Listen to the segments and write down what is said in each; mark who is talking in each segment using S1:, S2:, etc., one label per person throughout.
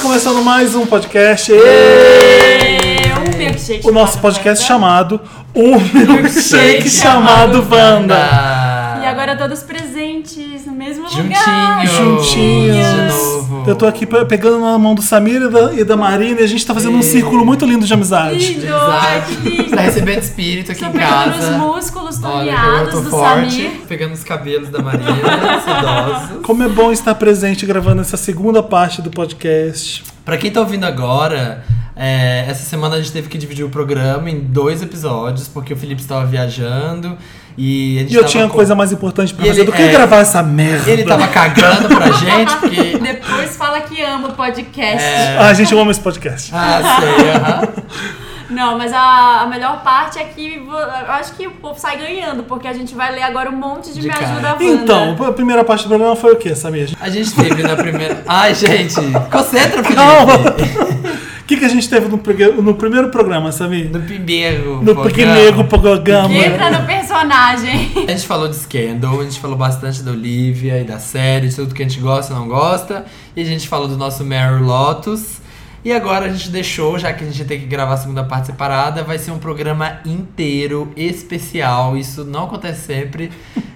S1: começando mais um podcast.
S2: Um milkshake.
S1: O nosso
S2: chamado
S1: podcast
S2: Wanda.
S1: chamado Um Milkshake
S2: Milkshake
S1: Chamado Wanda.
S2: E agora todos presentes no mesmo lugar.
S3: Juntinhos.
S1: Juntinhos.
S3: De novo.
S1: Eu tô aqui pe- pegando na mão do Samir e da, e da Marina e a gente tá fazendo um
S3: Ei.
S1: círculo muito lindo de amizade.
S2: Lindo, ai, que lindo.
S3: Tá recebendo espírito aqui
S2: Estou
S3: em
S2: pegando os
S3: casa.
S2: músculos
S3: Olha, eu
S2: torneados
S3: tô
S2: do
S3: forte,
S2: Samir.
S3: pegando os cabelos da Maria, os idosos.
S1: Como é bom estar presente gravando essa segunda parte do podcast.
S3: Pra quem tá ouvindo agora, é, essa semana a gente teve que dividir o programa em dois episódios, porque o Felipe estava viajando e a gente
S1: E eu
S3: tava
S1: tinha
S3: com-
S1: coisa mais importante pra
S3: E
S1: fazer
S3: ele-
S1: do que
S3: é.
S1: gravar essa merda.
S3: Ele tava cagando pra gente, porque...
S2: Depois fala que ama o podcast.
S3: É.
S1: Ah, gente, eu amo esse podcast.
S3: Ah, sei, aham.
S2: Não, mas a, a melhor parte é que vo- eu acho que o povo sai ganhando, porque a gente vai ler agora um monte de,
S3: De
S2: Me
S3: cara.
S2: Ajuda Wanda.
S1: Então, a primeira parte do programa foi o quê, Samir?
S3: A gente teve na primeira... Ai, gente, concentra, Felipe!
S1: Calma. O que, que a gente teve no, prog- no primeiro programa, Samir?
S3: No primeiro
S1: No
S3: programa.
S1: primeiro programa.
S2: Entra no personagem.
S3: A gente falou de Scandal, a gente falou bastante da Olivia e da série, de tudo que a gente gosta e não gosta. E a gente falou do nosso Mary Lotus. E agora a gente deixou, já que a gente ia ter que gravar a segunda parte separada, vai ser um programa inteiro, especial. Isso não acontece sempre.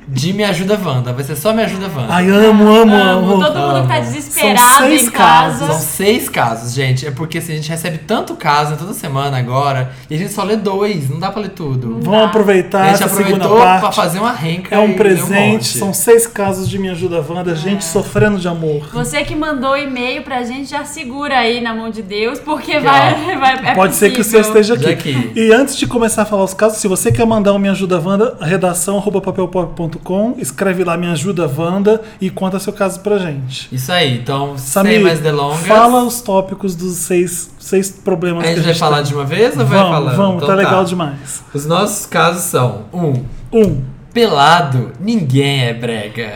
S3: De Me Ajuda Wanda. Vai ser só Me Ajuda Wanda.
S1: Ai, amo, amo,
S2: Amo,
S1: amo.
S2: todo mundo que tá
S3: amo.
S2: desesperado
S1: São seis
S2: em casa.
S3: São seis casos, gente. É porque assim, a gente recebe tanto caso né, toda semana agora, e a gente só lê dois, não dá pra ler tudo.
S1: Vamos aproveitar
S3: a gente
S1: essa segunda
S3: aproveitou pra
S1: parte.
S3: fazer uma renca. e
S1: É um
S3: ler monte.
S1: presente, são seis casos de Me Ajuda Wanda,
S2: É.
S1: gente sofrendo de amor.
S2: Você que mandou e-mail pra gente, já segura aí na mão de Deus, porque vai, vai. é
S1: Pode ser que o seu
S2: possível.
S1: esteja aqui.
S3: Já aqui.
S1: E antes de começar a falar os casos, se você quer mandar um Me Ajuda Wanda, redação arroba papelpop.com, escreve lá Me Ajuda Wanda e conta seu caso pra gente.
S3: Isso aí, então, sem
S1: Samir,
S3: mais delongas.
S1: fala os tópicos dos seis, seis
S3: A
S1: problemas que
S3: gente
S1: a
S3: vai
S1: gente
S3: falar de uma vez ou vai
S1: vamos,
S3: falando?
S1: Vamos,
S3: Então
S1: tá legal demais.
S3: Os nossos casos são: um,
S1: Um,
S3: pelado, ninguém é brega.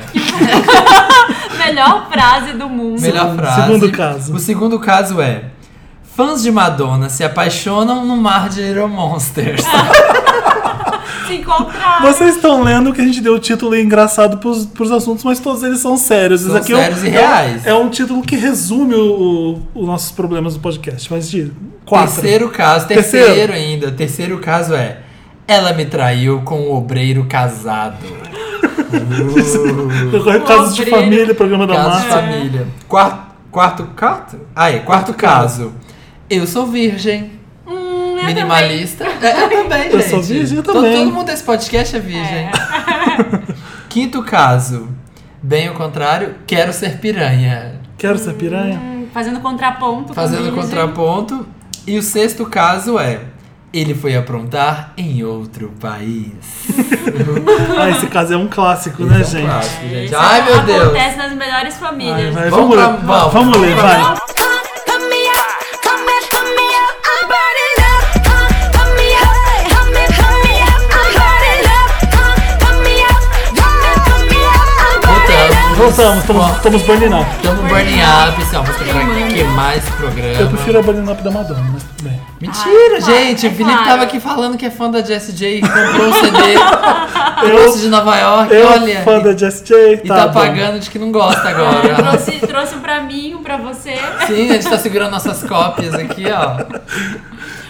S2: Melhor frase do mundo.
S3: Melhor frase.
S1: segundo caso.
S3: O segundo caso é: fãs de Madonna se apaixonam no mar de Little Monsters.
S2: Se encontrar.
S1: Vocês estão lendo que a gente deu o título engraçado pros, pros assuntos, mas todos eles são sérios. Isso
S3: São
S1: é um-
S3: sérios e
S1: é um-
S3: reais.
S1: É, um título que resume o- o- os nossos problemas do podcast. Mas de quatro.
S3: Terceiro caso,
S1: Terceiro.
S3: terceiro, ainda. Terceiro caso é: ela me traiu com o obreiro casado.
S1: Eu corro casos de
S2: Obreiro.
S1: família, programa da
S3: Caso de
S1: Marta.
S3: família. Quarto, quarto, quarto? Ah, é, quarto caso. Eu sou virgem.
S2: Hum, eu
S3: Minimalista. É, eu também,
S1: Eu
S3: gente.
S1: sou virgem, eu
S3: To-
S1: também.
S3: Todo mundo desse podcast é virgem. Quinto caso. Bem ao contrário, quero ser piranha.
S1: Quero ser piranha?
S2: também. Fazendo contraponto.
S3: Fazendo
S2: comigo,
S3: contraponto. E o sexto caso é. Ele foi aprontar em outro país.
S1: Ah, esse caso é um clássico,
S3: Esse
S1: né,
S3: é um
S1: gente?
S3: clássico,
S2: gente.
S3: gente.
S2: Isso
S3: Ai, meu Deus.
S2: Acontece nas melhores famílias.
S1: Ai, vai,
S3: Vamos
S1: vamos,
S3: pra-
S1: ler,
S3: vamos.
S1: vamos ler, vai.
S4: Come, come me up, come me, come me up, I'm burning up. Come, come me up, come me, come me up, I'm burning up. Come, come me up, come me, come me up, I'm burning up.
S3: Voltamos.
S1: Voltamos, estamos, estamos burning up.
S3: Estamos burning up. Isso é uma música pra queimar esse programa.
S1: Eu prefiro a burning up da Madonna, mas tudo bem.
S3: Mentira,
S2: Ai,
S3: gente.
S2: claro,
S3: o Felipe
S2: claro.
S3: tava aqui falando que é fã da Jessie J. e Comprou um CD. trouxe de Nova York.
S1: Eu,
S3: Ah, olha.
S1: fã da Jess J,
S3: E tá
S1: bom.
S3: pagando de que não gosta
S2: Eu
S3: agora.
S2: Trouxe, trouxe um pra mim, um pra você.
S3: Sim, a gente tá segurando nossas cópias aqui, ó.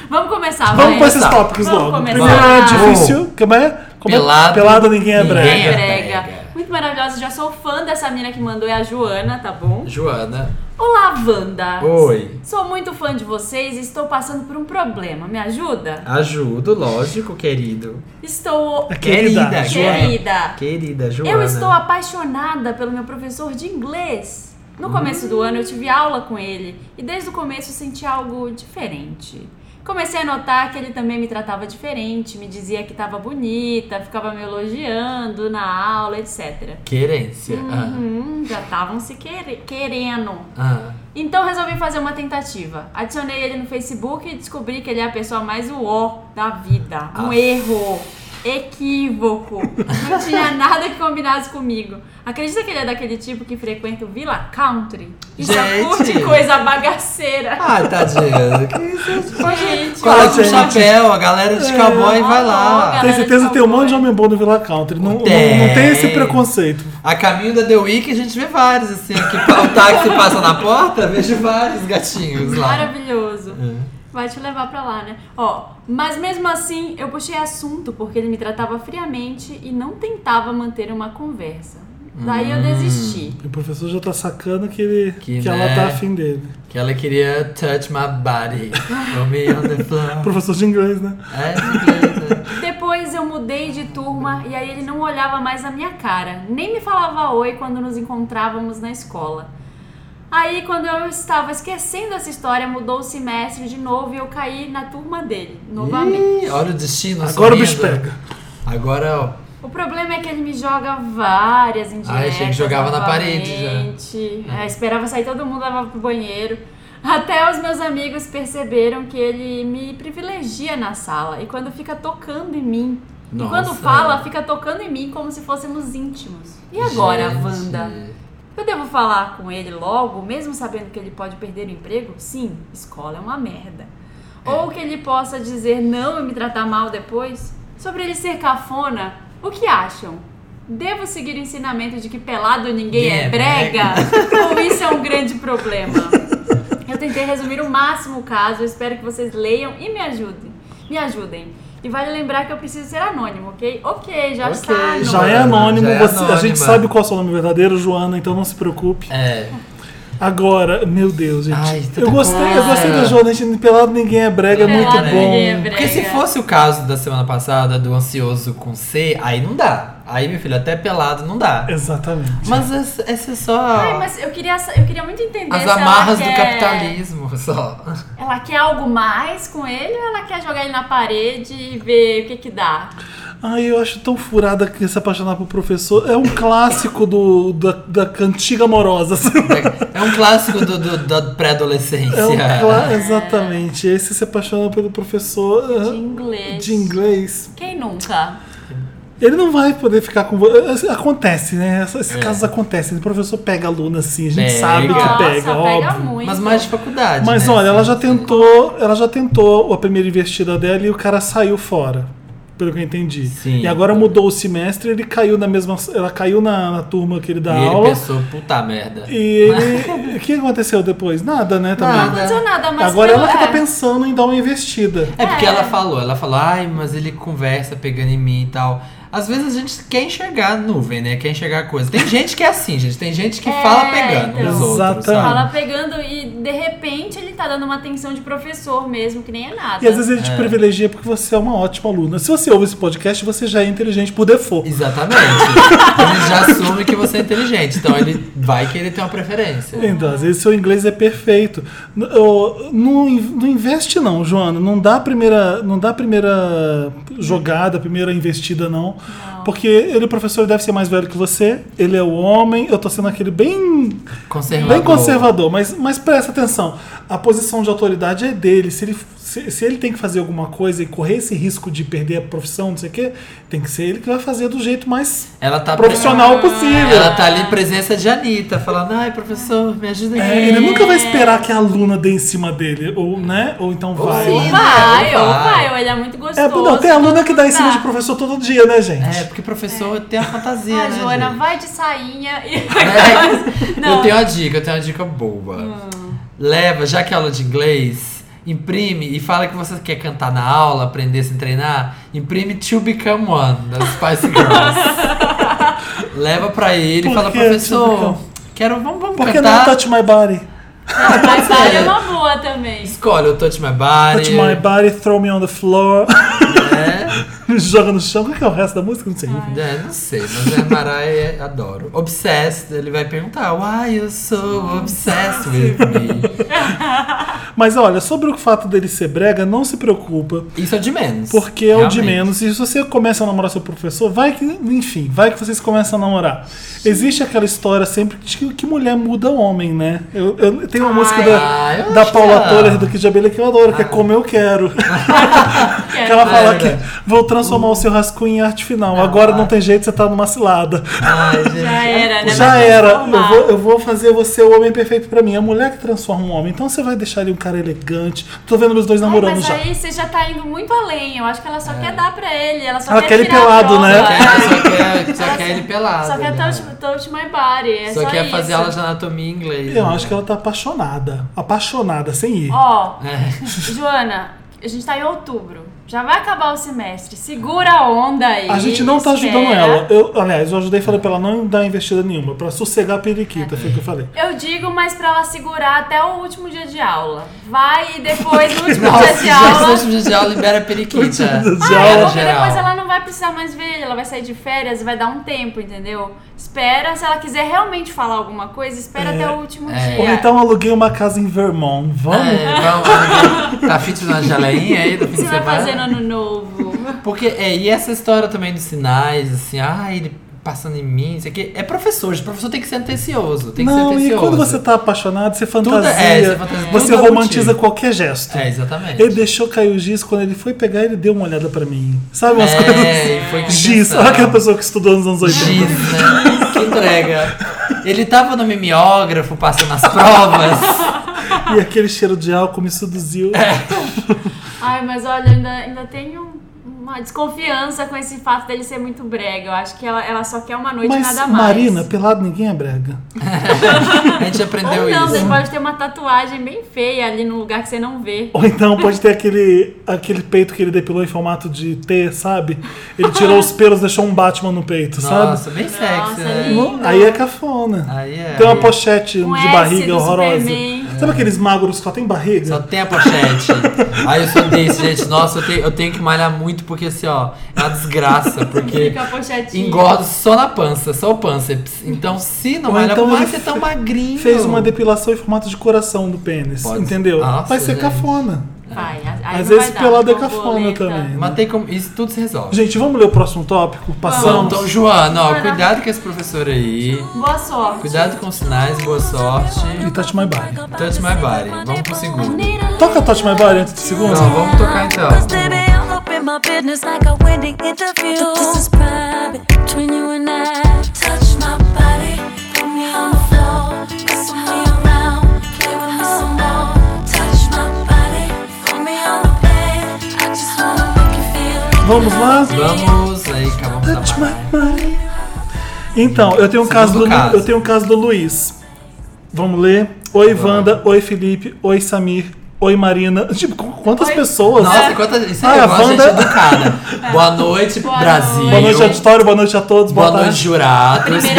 S2: Vamos começar,
S1: Vamos
S2: vai.
S1: com esses
S3: Tá.
S1: tópicos
S2: Vamos
S1: logo.
S2: começar.
S1: Primeiro é
S2: Vamos.
S1: difícil, como é? Como é?
S3: Pelado,
S1: Pelado ninguém é
S3: ninguém
S1: brega.
S3: é
S2: Brega.
S3: Brega.
S2: Muito maravilhosa. Já sou fã dessa mina que mandou, é a Joana, tá bom?
S3: Joana.
S2: Olá, Wanda.
S3: Oi.
S2: Sou muito fã de vocês e estou passando por um problema. Me ajuda?
S3: Ajudo, lógico, querido.
S2: Estou.
S1: É Querida,
S3: Querida, É, Joana.
S2: Querida.
S3: Querida, Joana.
S2: Eu estou apaixonada pelo meu professor de inglês. No começo do ano eu tive aula com ele e desde o começo senti algo diferente. Comecei a notar que ele também me tratava diferente, me dizia que estava bonita, ficava me elogiando na aula, etc.
S3: Querência.
S2: Uhum, já estavam se quere- querendo.
S3: Ah, ah.
S2: Então resolvi fazer uma tentativa. Adicionei ele no Facebook e descobri que ele é a pessoa mais uó da vida. Um
S3: Ah.
S2: erro. Equívoco. Não tinha nada que combinasse comigo. Acredita que ele é daquele tipo que frequenta o Villa Country? E só
S3: Gente.
S2: curte coisa bagaceira.
S1: Ah,
S2: é
S3: Ai, tadinho. Que isso?
S2: Gente,
S3: Coloca um
S1: Gente.
S3: chapéu, a galera de cowboy
S2: É.
S3: vai lá.
S2: Olha.
S1: Tem
S2: Galera
S1: certeza
S2: de
S1: que tem um monte de
S2: cowboy.
S1: homem bom no Villa Country. Não, não-
S3: Tem.
S1: não tem esse preconceito.
S3: A caminho da The Week a gente vê vários, assim. Que o táxi passa na porta, vejo vários gatinhos lá.
S2: Maravilhoso. Vai te levar pra lá, né? Ó, mas mesmo assim eu puxei assunto porque ele me tratava friamente e não tentava manter uma conversa. Daí eu desisti.
S1: E o professor já tá sacando que, ele,
S3: Que,
S1: que, ela
S3: né?
S1: tá afim dele.
S3: Que ela queria touch my body. Put me on the floor.
S1: Professor de inglês, né?
S3: É, beleza.
S2: Depois eu mudei de turma e aí ele não olhava mais a minha cara, nem me falava oi quando nos encontrávamos na escola. Aí, quando eu estava esquecendo essa história, mudou o semestre de novo e eu caí na turma dele, novamente.
S3: Ih, olha o destino
S1: Agora o bicho
S3: sorrindo.
S1: pega.
S3: Agora, ó.
S2: O problema é que ele me joga várias indiretas.
S3: Ah, achei que jogava na parede já. Ah.
S2: novamente. É, esperava sair todo mundo, levava pro banheiro. Até os meus amigos perceberam que ele me privilegia na sala. E quando fica tocando em mim. E
S3: Nossa.
S2: quando fala, fica tocando em mim como se fôssemos íntimos. E agora,
S3: Gente.
S2: Wanda? Eu devo falar com ele logo, mesmo sabendo que ele pode perder o emprego? Sim, escola é uma merda.
S3: É.
S2: Ou que ele possa dizer não e me tratar mal depois? Sobre ele ser cafona, o que acham? Devo seguir o ensinamento de que pelado ninguém
S3: Ninguém
S2: é
S3: é
S2: brega? Ou isso é um grande problema? Eu tentei resumir o máximo o caso, eu espero que vocês leiam e me ajudem. Me ajudem. E vale lembrar que eu preciso ser anônimo, ok? Ok, já
S3: Ok,
S2: está.
S3: já
S1: Já é
S3: Não,
S1: anônimo,
S3: já é
S1: você- a
S3: anônima.
S1: gente sabe qual é o seu nome verdadeiro, Joana, então não se preocupe.
S3: É.
S1: Agora, meu Deus, gente.
S3: Ai, tanta
S1: eu gostei, eu
S3: coisa.
S1: gostei da Joana, gente. Pelado ninguém é brega, é muito
S2: Pelado
S1: bom.
S2: ninguém é brega.
S3: Porque se fosse o caso da semana passada do ansioso com C, aí não dá. Aí, meu filho, até pelado não dá.
S1: É. Exatamente.
S3: Mas essa, essa é só
S2: Ai, mas eu queria, sa- eu queria muito entender
S3: as
S2: se ela
S3: amarras do
S2: quer-
S3: capitalismo só.
S2: Ela quer algo mais com ele ou ela quer jogar ele na parede e ver o que que dá?
S1: Ai, eu acho tão furada que se apaixonar por professor. É um clássico do, da, da cantiga amorosa. assim.
S3: É um clássico do, do- da
S1: É um
S3: pré-adolescência.
S1: clá- Exatamente. E aí você se apaixona pelo professor
S2: De
S1: ah,
S2: inglês.
S1: de inglês.
S2: Quem nunca?
S1: Ele não vai poder ficar com você. Acontece, né? Essa- Esses casos acontecem. O professor pega aluno assim, a gente
S3: É. Pega.
S1: sabe que
S2: Nossa,
S1: pega,
S2: pega
S1: óbvio.
S2: muito. né?
S3: Mas mais de faculdade.
S1: Mas
S3: né?
S1: olha, ela já tentou, ela já tentou a primeira investida dela e o cara saiu fora. Pelo que eu entendi.
S3: Sim.
S1: E agora mudou o semestre, ele caiu na mesma. Ela caiu na, na turma que ele dá
S3: E ele
S1: aula.
S3: pensou, puta merda. Ah,
S1: E ele. O que aconteceu depois? Nada, né? Também.
S2: Não
S3: Nada.
S2: aconteceu nada, mas
S1: agora
S2: pelo-
S1: ela que
S2: é.
S1: tá pensando em dar uma investida.
S3: É porque
S2: É.
S3: ela falou, ela falou, ai, mas ele conversa pegando em mim e tal. Às vezes a gente quer enxergar a nuvem, né? Quer enxergar a coisa. Tem gente que é assim, gente. Tem gente que
S2: É,
S3: fala pegando
S2: então.
S3: os outros,
S1: Exatamente.
S3: sabe?
S2: Fala pegando e de repente ele tá dando uma atenção de professor mesmo, que nem é nada.
S1: E às vezes ele te privilegia porque você é uma ótima aluna. Se você ouve esse podcast, você já é inteligente por default.
S3: Exatamente. ele já assume que você é inteligente. Então ele vai querer ter uma preferência.
S1: Então, às vezes seu inglês é perfeito. N- eu- Não, in- não investe, não, Joana. Não dá a primeira, não dá a primeira jogada, a primeira investida, não. Porque ele, professor, ele deve ser mais velho que você. Ele é o homem. Eu tô sendo aquele bem
S3: Conservador.
S1: Bem conservador, mas, mas presta atenção. A posição de autoridade é dele. Se ele, se, se ele tem que fazer alguma coisa e correr esse risco de perder a profissão, não sei o quê, tem que ser ele que vai fazer do jeito mais
S3: Ela tá
S1: profissional possível.
S3: Ela tá ali em presença de Anitta, falando, ai, professor, me ajuda aqui.
S1: É, ele nunca vai esperar que a aluna dê em cima dele, ou, né? Ou então
S3: Ou
S1: vai.
S3: sim.
S2: Vai,
S3: Né?
S2: ou
S3: Vai.
S2: vai, ou ele é muito gostoso.
S1: É, não, tem aluna que dá em
S2: todo
S1: cima
S2: mundo
S1: de professor todo dia, né, gente?
S3: É, porque professor tem a fantasia,
S2: Ah,
S3: né,
S2: Joana,
S3: gente? É.
S2: vai de sainha e.
S3: Eu tenho uma dica, eu tenho uma dica boa. Leva, já que é aula de inglês, imprime e fala que você quer cantar na aula, aprender a se treinar. Imprime To Become One, das Spice Girls. Leva pra ele e
S1: Por
S3: fala,
S1: que To
S3: professor,
S1: Become?
S3: quero, vamos, vamos
S1: Por que não
S3: cantar.
S1: touch my body?
S2: Mas vale é uma boa também.
S3: Escolhe o Touch My Body.
S1: Touch my body, throw me on the floor,
S3: né?
S1: joga no chão. Qual que é o resto da música? Não sei.
S3: É, não sei, mas é Mariah, adoro. Obsessed, ele vai perguntar, why you so obsessed with me?
S1: Mas olha, sobre o fato dele ser brega, não se preocupa.
S3: Isso é o de menos.
S1: Porque é o de
S3: realmente.
S1: menos. E se você começa a namorar seu professor, vai que, enfim, vai que vocês começam a namorar. Existe aquela história sempre de que, que mulher muda homem, né? Eu, eu- tem uma música
S3: ah,
S1: da,
S3: eu
S1: da
S3: acho que
S1: Paula
S3: não.
S1: Toller do Kid Abelha que eu adoro, que é Como Eu Quero. que ela fala
S3: é
S1: que
S3: verdade. ah.
S1: vou transformar o seu rascunho em arte final. Agora não tem jeito, você tá numa cilada.
S3: Ai, gente.
S2: Já era,
S3: É
S2: né?
S1: Já
S2: Vai
S1: era, eu
S2: transformar.
S1: vou, eu vou fazer você o homem perfeito pra mim. É a mulher que transforma um homem. Então você vai deixar ele um cara elegante. Tô vendo os dois
S2: Ai,
S1: namorando
S2: mas
S1: já.
S2: aí você já tá indo muito além. Eu acho que ela só quer dar pra ele. Ela só
S1: Ela
S2: quer
S1: quer ele
S2: tirar a
S1: pelado, né?
S2: prova.
S3: É. Ela só quer, só quer ele pelado.
S2: Só quer
S3: né?
S2: touch, touch my body. É só,
S3: Só quer
S2: isso.
S3: fazer aula de anatomia em inglês.
S1: Eu
S3: né?
S1: acho que ela tá apaixonada. Apaixonada, sem ir.
S2: Ó,
S3: É.
S2: Joana, a gente tá em outubro. Já vai acabar o semestre. Segura a onda aí.
S1: A gente não tá
S2: espera.
S1: ajudando ela. Eu, aliás, eu ajudei e falei pra ela não dar investida nenhuma, pra sossegar a periquita, foi o que eu falei.
S2: Eu digo, mas pra ela segurar até o último dia de aula. Vai e depois, no último
S3: Nossa,
S2: dia de aula.
S3: gente, no último dia de aula libera a periquita.
S1: Último dia de
S2: né? Ah, é
S1: aula.
S2: porque depois ela não vai precisar mais ver ele, ela vai sair de férias e vai dar um tempo, entendeu? Espera, se ela quiser realmente falar alguma coisa, espera até o último
S3: é.
S1: Ou
S2: dia.
S1: então aluguei uma casa em Vermont. Vamos?
S3: É, vamos. Tá fit na geleinha aí do fim
S2: O que
S3: de
S2: você vai fazer
S3: semana?
S2: no ano novo?
S3: Porque, é, e essa história também dos sinais, assim, ah, ele passando em mim, isso aqui. É professor, o professor tem que ser atencioso. Tem que ser
S1: Não, e
S3: atencioso.
S1: quando você tá apaixonado, você
S3: é,
S1: fantasia.
S3: você fantasia,
S1: você
S3: tudo é
S1: romantiza
S3: motivo.
S1: qualquer gesto.
S3: É, exatamente.
S1: tá- Ele deixou cair o giz, quando ele foi pegar, ele deu uma olhada pra mim. Sabe umas coisas?
S3: É, e foi com
S1: Giz,
S3: intenção.
S1: olha aquela pessoa que estudou nos anos 80.
S3: Giz, né? Que entrega. Ele tava no mimeógrafo passando as provas.
S1: E aquele cheiro de álcool me seduziu.
S3: É.
S2: Ai, mas olha, ainda, ainda tenho uma desconfiança com esse fato dele ser muito brega. Eu acho que ela, ela só quer uma noite e
S1: Mas,
S2: nada mais.
S1: Marina, pelado ninguém é brega.
S3: A gente aprendeu
S2: Ou não,
S3: isso.
S2: ele pode ter uma tatuagem bem feia ali no lugar que você não vê.
S1: Ou então pode ter aquele, aquele peito que ele depilou em formato de T, sabe? Ele tirou os pelos, deixou um Batman no peito, sabe?
S3: Nossa, bem sexy, né?
S2: lindo.
S1: Não, Aí é cafona.
S3: Aí é.
S1: Tem uma pochete
S2: Um
S1: de
S2: S
S1: barriga
S2: do
S1: horrorosa.
S2: Superman.
S1: Sabe aqueles magros que só tem barriga?
S3: Só tem a pochete. Aí eu sou desse, gente. Nossa, eu tenho, eu tenho que malhar muito porque assim, ó, é uma desgraça. Porque
S2: Fica a pochetinha.
S3: engordo só na pança, só o pânceps. Então, se não
S1: Ou
S3: malhar,
S1: então
S3: por mais
S1: ele
S3: que ser tão
S1: fe-
S3: magrinho.
S1: Fez uma depilação em formato de coração do pênis,
S3: um. Pode-
S1: entendeu?
S3: Nossa,
S1: Vai ser
S3: gente.
S1: cafona.
S2: Vai, aí não
S1: Às vezes
S2: vai dar,
S1: pelado é
S2: borboleta.
S1: cafona também.
S3: Mas tem como. Isso tudo se resolve.
S1: Gente, vamos ler o próximo tópico?
S3: Então,
S1: Passamos.
S3: então, Joana, ó,
S2: Joana.
S3: cuidado com esse professor aí.
S2: Boa sorte.
S3: Cuidado com os sinais, boa sorte.
S1: E touch my body.
S3: Touch my body. Vamos pro segundo.
S1: Toca Touch My Body antes do segundo.
S3: Não, vamos tocar então.
S5: This is private between you and I. Touch my body, put me on the floor, whistle me around, play with me some more. Touch my body, put me on the bed. I just wanna make you feel.
S1: Vamos lá?
S3: Vamos aí, acabamos da
S1: Touch
S3: Mara.
S1: my mind. Então, eu tenho um caso do,
S3: Segundo caso.
S1: eu tenho um caso do Luiz. Vamos ler. Oi, Wanda. Oi, Felipe. Oi, Samir. Oi, Marina. Tipo, qu- quantas
S2: Oi.
S1: pessoas?
S3: Nossa, quanta. Isso
S1: Ah,
S3: é
S1: a
S3: igual a gente
S1: Wanda-
S3: educada. Boa noite,
S2: Boa
S3: Brasil.
S1: Boa noite, auditório. Boa noite a todos. Boa,
S3: Boa noite,
S1: tarde.
S3: jurados. Bem isso.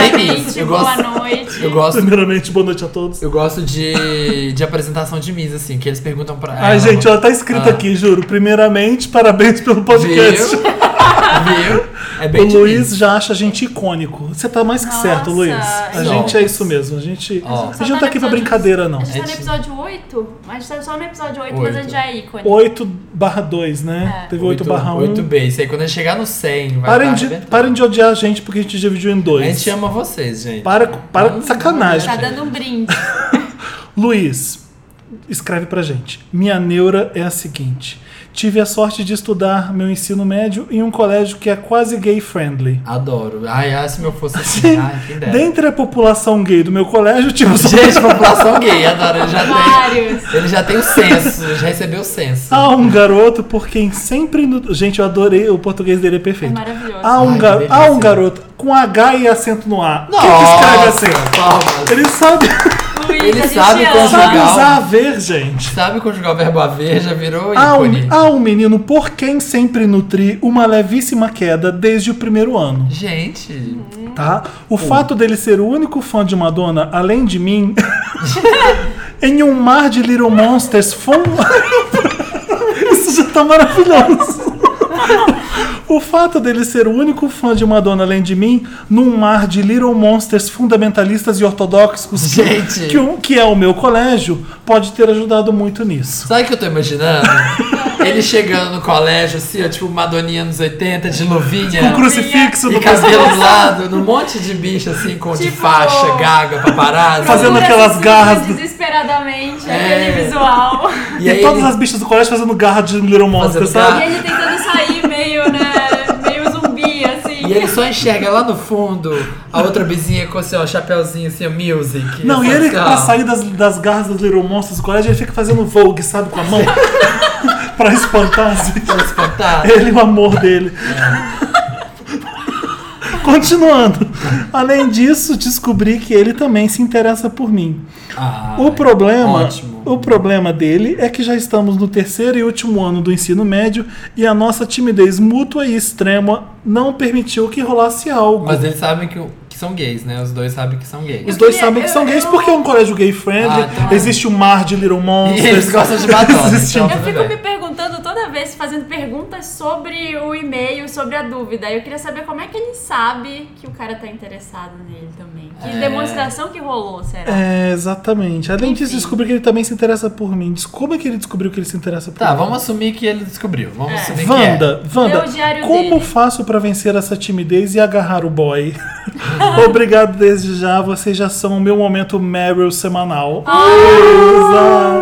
S2: Primeiramente,
S3: Eu
S2: boa
S3: gosto,
S2: noite.
S3: eu gosto,
S1: Primeiramente, boa noite a todos.
S3: eu gosto de, de apresentação de Miss, assim, que eles perguntam pra
S1: Ai,
S3: ela.
S1: gente, ela tá escrita
S3: Ah.
S1: aqui, juro. Primeiramente, parabéns pelo podcast.
S3: Viu? Viu? É bem de
S1: O Luiz
S3: Miss.
S1: já acha a gente icônico. Você tá mais que
S2: Nossa,
S1: certo, Luiz. A
S2: não.
S1: gente é isso mesmo. A gente,
S3: Ó.
S1: a gente não tá aqui pra brincadeira, não.
S2: A gente tá no
S3: É,
S2: episódio 8? A gente tá só no episódio 8, mas
S3: Oito.
S2: a gente já é ícone.
S1: 8 barra 2, né?
S2: É.
S1: Teve 8 barra 1.
S3: 8B. Isso aí, quando a gente chegar no 100, vai
S1: Parem
S3: tá
S1: de,
S3: arrebentando.
S1: parem de odiar a gente porque a gente dividiu em
S3: A
S1: dois.
S3: gente ama vocês, gente.
S1: Para, para de sacanagem.
S2: Tá dando um brinde.
S1: Luiz, escreve pra gente. Minha neura é a seguinte. Tive a sorte de estudar meu ensino médio em um colégio que é quase gay friendly.
S3: Adoro. Ai, ai, se meu fosse assim. Ai, quem dera.
S1: Dentre a população gay do meu colégio, tive a sorte
S3: Gente, população gay, adoro. Ele já tem,
S2: Vários.
S3: ele já tem o censo, já recebeu o censo.
S1: Há um garoto por quem sempre. nu- Gente, eu adorei, o português dele é perfeito.
S2: É maravilhoso.
S1: Há um,
S3: Ai,
S1: gar-
S3: que delícia.
S1: Há um garoto com H e acento no A. Quem que escreve
S3: Nossa,
S1: acento?
S3: palmas.
S1: Ele sabe,
S2: Luiz,
S3: Ele
S2: a gente
S3: sabe
S2: ama.
S3: conjugar.
S1: sabe
S3: Tá
S1: tá
S3: Legal.
S1: usar a ver, gente.
S3: Sabe conjugar o verbo haver, já virou
S1: Há
S3: ícone.
S1: um, há um menino por quem sempre nutri uma levíssima queda desde o primeiro ano,
S3: Gente,
S1: tá? O fato dele ser o único fã de Madonna, além de mim, em um mar de Little Monsters fom... Isso já tá maravilhoso. O fato dele ser o único fã de Madonna além de mim, num mar de Little Monsters fundamentalistas e ortodoxos, que-
S3: Gente.
S1: Que, um- que é o meu colégio, pode ter ajudado muito nisso.
S3: Sabe o que eu tô imaginando? Ele chegando no colégio, assim, ó, tipo Madoninha nos 80, de luvinha.
S1: Com Um crucifixo
S3: E
S1: no
S3: cabelo do lado, num monte de bicho assim, com de
S2: Tipo-
S3: faixa, gaga, paparazzi.
S1: Fazendo
S2: Procura
S1: aquelas
S2: assistir
S1: garras do-
S2: Desesperadamente,
S3: É.
S2: aquele visual.
S3: E aí
S1: todas
S3: ele-
S1: as bichas do colégio fazendo garra de Little
S3: Fazendo
S1: Monsters,
S3: garra.
S1: sabe?
S2: E ele tentando sair meio, né? Meio zumbi, assim.
S3: E ele só enxerga lá no fundo a outra vizinha com assim, ó, chapéuzinho assim, ó, music.
S1: Não, e ele,
S3: Assim, ó.
S1: pra sair das, das garras dos Little Monsters do colégio, ele fica fazendo Vogue, sabe, com a mão. pra espantar as
S3: Pra espantar.
S1: Ele e o amor dele. Continuando. Além disso, descobri que ele também se interessa por mim.
S3: Ah,
S1: O problema,
S3: ótimo.
S1: o problema dele é que já estamos no terceiro e último ano do ensino médio e a nossa timidez mútua e extrema não permitiu que rolasse algo.
S3: Mas eles sabem que, que são gays, né? Os dois sabem que são
S1: Os
S3: gays.
S1: dois
S2: queria-
S1: sabem que são
S2: eu-
S1: gays
S2: eu-
S1: porque é um colégio gay friendly,
S3: Ah, tá.
S1: existe o mar de Little Monsters.
S3: E eles gostam de Madonna,
S1: existe
S3: então.
S1: um-
S2: Eu
S3: Tudo
S2: fico
S3: bem.
S2: me perguntando toda vez, fazendo perguntas sobre o e-mail, sobre a dúvida. Eu queria saber como é que ele sabe que o cara tá interessado nele também. Que
S3: É.
S2: demonstração que rolou, será?
S1: É, exatamente. Além disso, descobri que ele também se interessa por mim. Des- Como é que ele descobriu que ele se interessa por
S3: Tá,
S1: mim?
S3: vamos assumir que ele descobriu. Vamos
S2: É.
S3: assumir que é.
S1: Wanda, Wanda,
S2: Lê o diário
S1: como
S2: dele.
S1: faço pra vencer essa timidez e agarrar o boy? Obrigado desde já, vocês já são o meu momento Meryl semanal.
S2: Ah!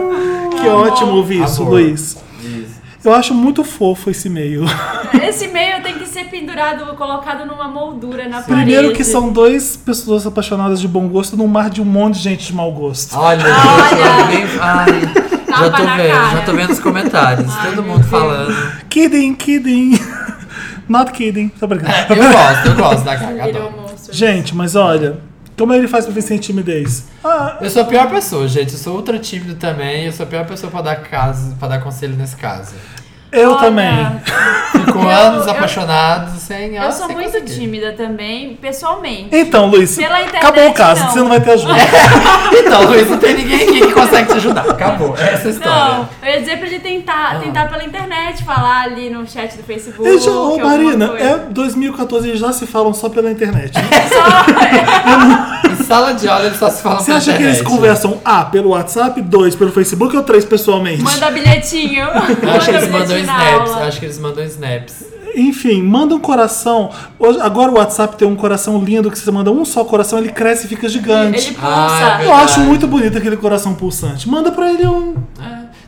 S1: Beleza! que ótimo ouvir isso,
S3: Amor.
S1: Luiz.
S3: Isso.
S1: Eu acho muito fofo esse e-mail.
S2: Esse e-mail tem que ser pendurado, colocado numa moldura na parede.
S1: Primeiro que são dois pessoas apaixonadas de bom gosto num mar de um monte de gente de mau gosto.
S3: Olha,
S2: Olha.
S3: gente, eu tô bem- Ai, já
S2: Tapa
S3: tô
S2: na
S3: vendo,
S2: cara.
S3: já tô vendo os comentários.
S2: Ai,
S3: todo
S2: meu
S3: mundo
S2: Deus.
S3: falando.
S1: Kidding, kidding. Not kidding. Tô brincando.
S3: Eu gosto, eu gosto da Gaga.
S2: Virou
S3: adoro.
S2: monstro.
S1: Gente, mas olha, como ele faz pra vencer a timidez? Ah,
S3: Eu sou a pior pessoa, gente. Eu sou ultra tímido também. Eu sou a pior pessoa pra dar, caso, pra dar conselho nesse caso.
S1: eu
S2: Olha,
S1: também.
S3: Fico
S2: Eu-
S3: anos
S2: eu-
S3: apaixonados sem.
S2: Eu sou muito tímida também, pessoalmente.
S1: Então, Luiz,
S2: Pela internet,
S1: acabou o caso,
S2: não. É,
S1: você não vai ter ajuda.
S3: Então, Luiz, não tem ninguém aqui que consegue te ajudar. Acabou. É Essa a
S1: Então,
S3: história.
S2: Não, eu ia dizer pra ele tentar, tentar pela internet, falar ali no chat do Facebook.
S1: Gente, ô,
S2: alguma
S1: Marina,
S2: coisa.
S1: é 2014 eles já se falam só pela internet.
S3: Em sala de aula eles só se falam
S1: Você
S3: na
S1: acha que eles
S3: internet.
S1: conversam A pelo WhatsApp, dois pelo Facebook ou três pessoalmente?
S2: Manda bilhetinho.
S3: Eu acho que eles
S2: Manda
S3: mandam
S2: bilhetinho na
S3: snaps. Eu
S2: aula.
S3: acho que eles mandam snaps.
S1: Enfim, manda um coração. Hoje- Agora o WhatsApp tem um coração lindo que você manda um só coração, ele cresce e fica
S2: Ele
S1: gigante.
S3: Ah,
S2: pulsa.
S1: Eu acho
S3: Verdade.
S1: muito bonito aquele coração pulsante. Manda pra ele um.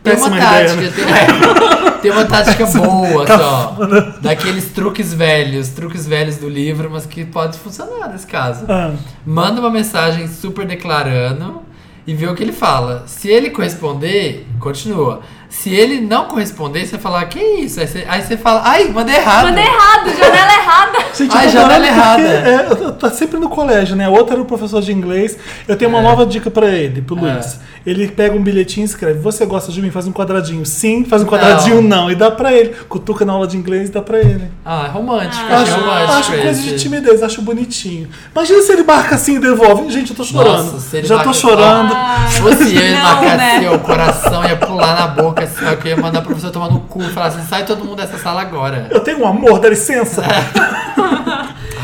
S3: Tem uma
S1: Péssima
S3: tática,
S1: ideia, né? Tá
S3: tem, é, tem uma tática boa só. Daqueles truques velhos, truques velhos do livro, mas que pode funcionar nesse caso.
S1: Ah,
S3: Manda uma mensagem super declarando e vê o que ele fala. Se ele corresponder, continua. Se ele não corresponder, você fala, que isso? Aí você, aí você fala, ai, mandei errado.
S2: Manda errado, janela errada.
S1: Gente,
S3: Ai,
S1: eu tô
S3: janela
S1: adorando porque,
S3: errada.
S1: é, eu- eu- tá sempre no colégio, né? Outro era o professor de inglês. Eu tenho uma nova dica pra ele, pro Luiz. Ele pega um bilhetinho e escreve: Você gosta de mim? Faz um quadradinho sim, faz um quadradinho não. E dá pra ele. Cutuca na aula de inglês e dá pra ele.
S3: Ah, é romântico,
S2: Ah,
S3: achei
S1: Acho,
S3: romântico.
S1: acho coisa de
S3: esse.
S1: timidez, acho bonitinho. Imagina se ele marca assim e devolve. Gente, eu tô chorando.
S3: Nossa, se ele
S1: Já
S3: marca-
S1: tô chorando.
S2: Ah,
S3: Se fosse eu, ele
S2: não,
S3: marcar
S2: né?
S3: assim, ó, o coração ia pular na boca, assim, ó, que eu ia mandar o professor tomar no cu, falar assim, sai todo mundo dessa sala agora.
S1: Eu tenho um amor, dá licença.
S3: É.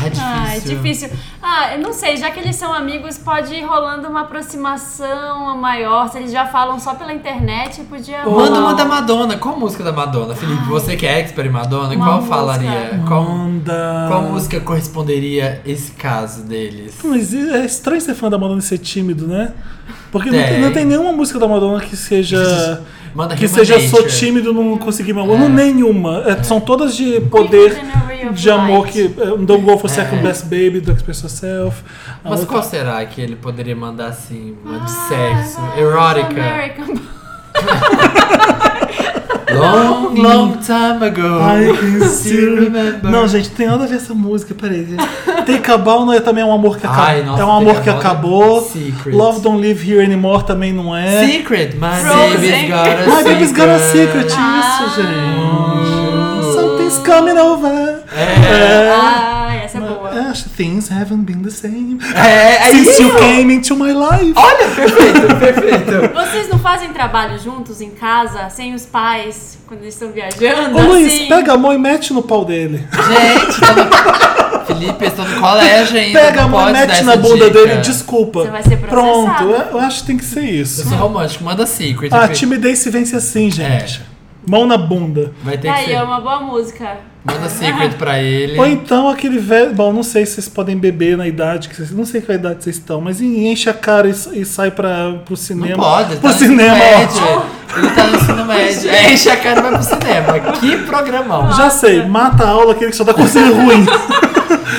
S3: Ai, difícil.
S2: Ah, é difícil. Ah, eu não sei, já que eles são amigos, pode ir rolando uma aproximação maior. Se eles já falam só pela internet, podia.
S3: Manda
S2: rolar
S3: uma da
S2: um-
S3: Madonna. Qual música da Madonna, Felipe? Você que é expert em Madonna,
S2: Uma
S3: qual
S2: música.
S3: falaria? Qual,
S1: Onda.
S3: qual música corresponderia esse caso deles?
S1: Mas é estranho ser fã da Madonna e ser tímido, né? Porque Não,
S3: Tem.
S1: tem, não tem nenhuma música da Madonna que seja.
S3: Manda
S1: que
S3: Human
S1: seja
S3: Nature.
S1: só tímido, não consegui meu amor. Não, Nenhuma. É, São todas de
S2: um
S1: poder
S2: Living in a Ray of
S1: de amor
S2: Light.
S1: que. é, Don't go for second
S3: É.
S1: best baby, do Express Yourself. A
S3: Mas
S1: outra-
S3: qual será que ele poderia mandar assim? Uma de
S2: Ah,
S3: sexo,
S2: vai,
S3: erótica.
S2: American
S3: Long, long time ago.
S1: I can
S3: still
S1: still
S3: remember.
S1: Não, gente, tem nada a ver essa música, peraí. Tem Cabal não é também um amor que acabou.
S3: Ai, nossa,
S1: é um
S3: Tem
S1: amor que
S3: Cabal é
S1: acabou.
S3: Secret.
S1: Love Don't Live Here Anymore também não é.
S3: Secret, my
S2: Frozen.
S3: baby's got a
S1: Ai, Baby's Got a Secret, isso,
S2: Ah.
S1: gente. Something's coming over.
S3: É.
S2: Ah, essa é boa.
S1: É, acha? Things haven't been the same.
S3: É, é
S1: Since
S3: isso.
S1: you came into my life.
S3: Olha, perfeito,
S1: é.
S3: perfeito.
S2: Vocês não fazem trabalho juntos em casa, sem os pais, quando eles estão viajando?
S1: Ô Luiz,
S2: assim?
S1: pega a mão e mete no pau dele.
S3: Gente, tá no... Felipe, eu estou no colégio ainda.
S1: Pega a
S3: não
S1: mão e
S3: pode dar
S1: mete
S3: essa
S1: na
S3: dica.
S1: bunda dele, desculpa.
S2: Você vai ser processado.
S1: Pronto, eu, eu acho que tem que ser
S3: Eu
S1: isso.
S3: sou romântico, é manda secret.
S1: A
S3: Felipe.
S1: timidez se vence assim,
S3: É,
S1: gente. Mão na bunda.
S3: vai ter que
S2: Daí é
S3: ser.
S2: uma boa música.
S3: Manda secret pra ele.
S1: Ou então aquele velho. Bom, não sei se vocês podem beber na idade que vocês. Não sei qual idade vocês estão, mas enche a cara e, e sai pra, pro
S3: Não
S1: cinema.
S3: pode, ele tá
S1: pro
S3: no ensino
S1: cinema,
S3: médio.
S1: ó.
S3: Ele tá no ensino médio. É, enche a cara e vai pro cinema. Que programão. Já,
S1: Já sei, mata a aula aquele que só tá dá conselho ruim.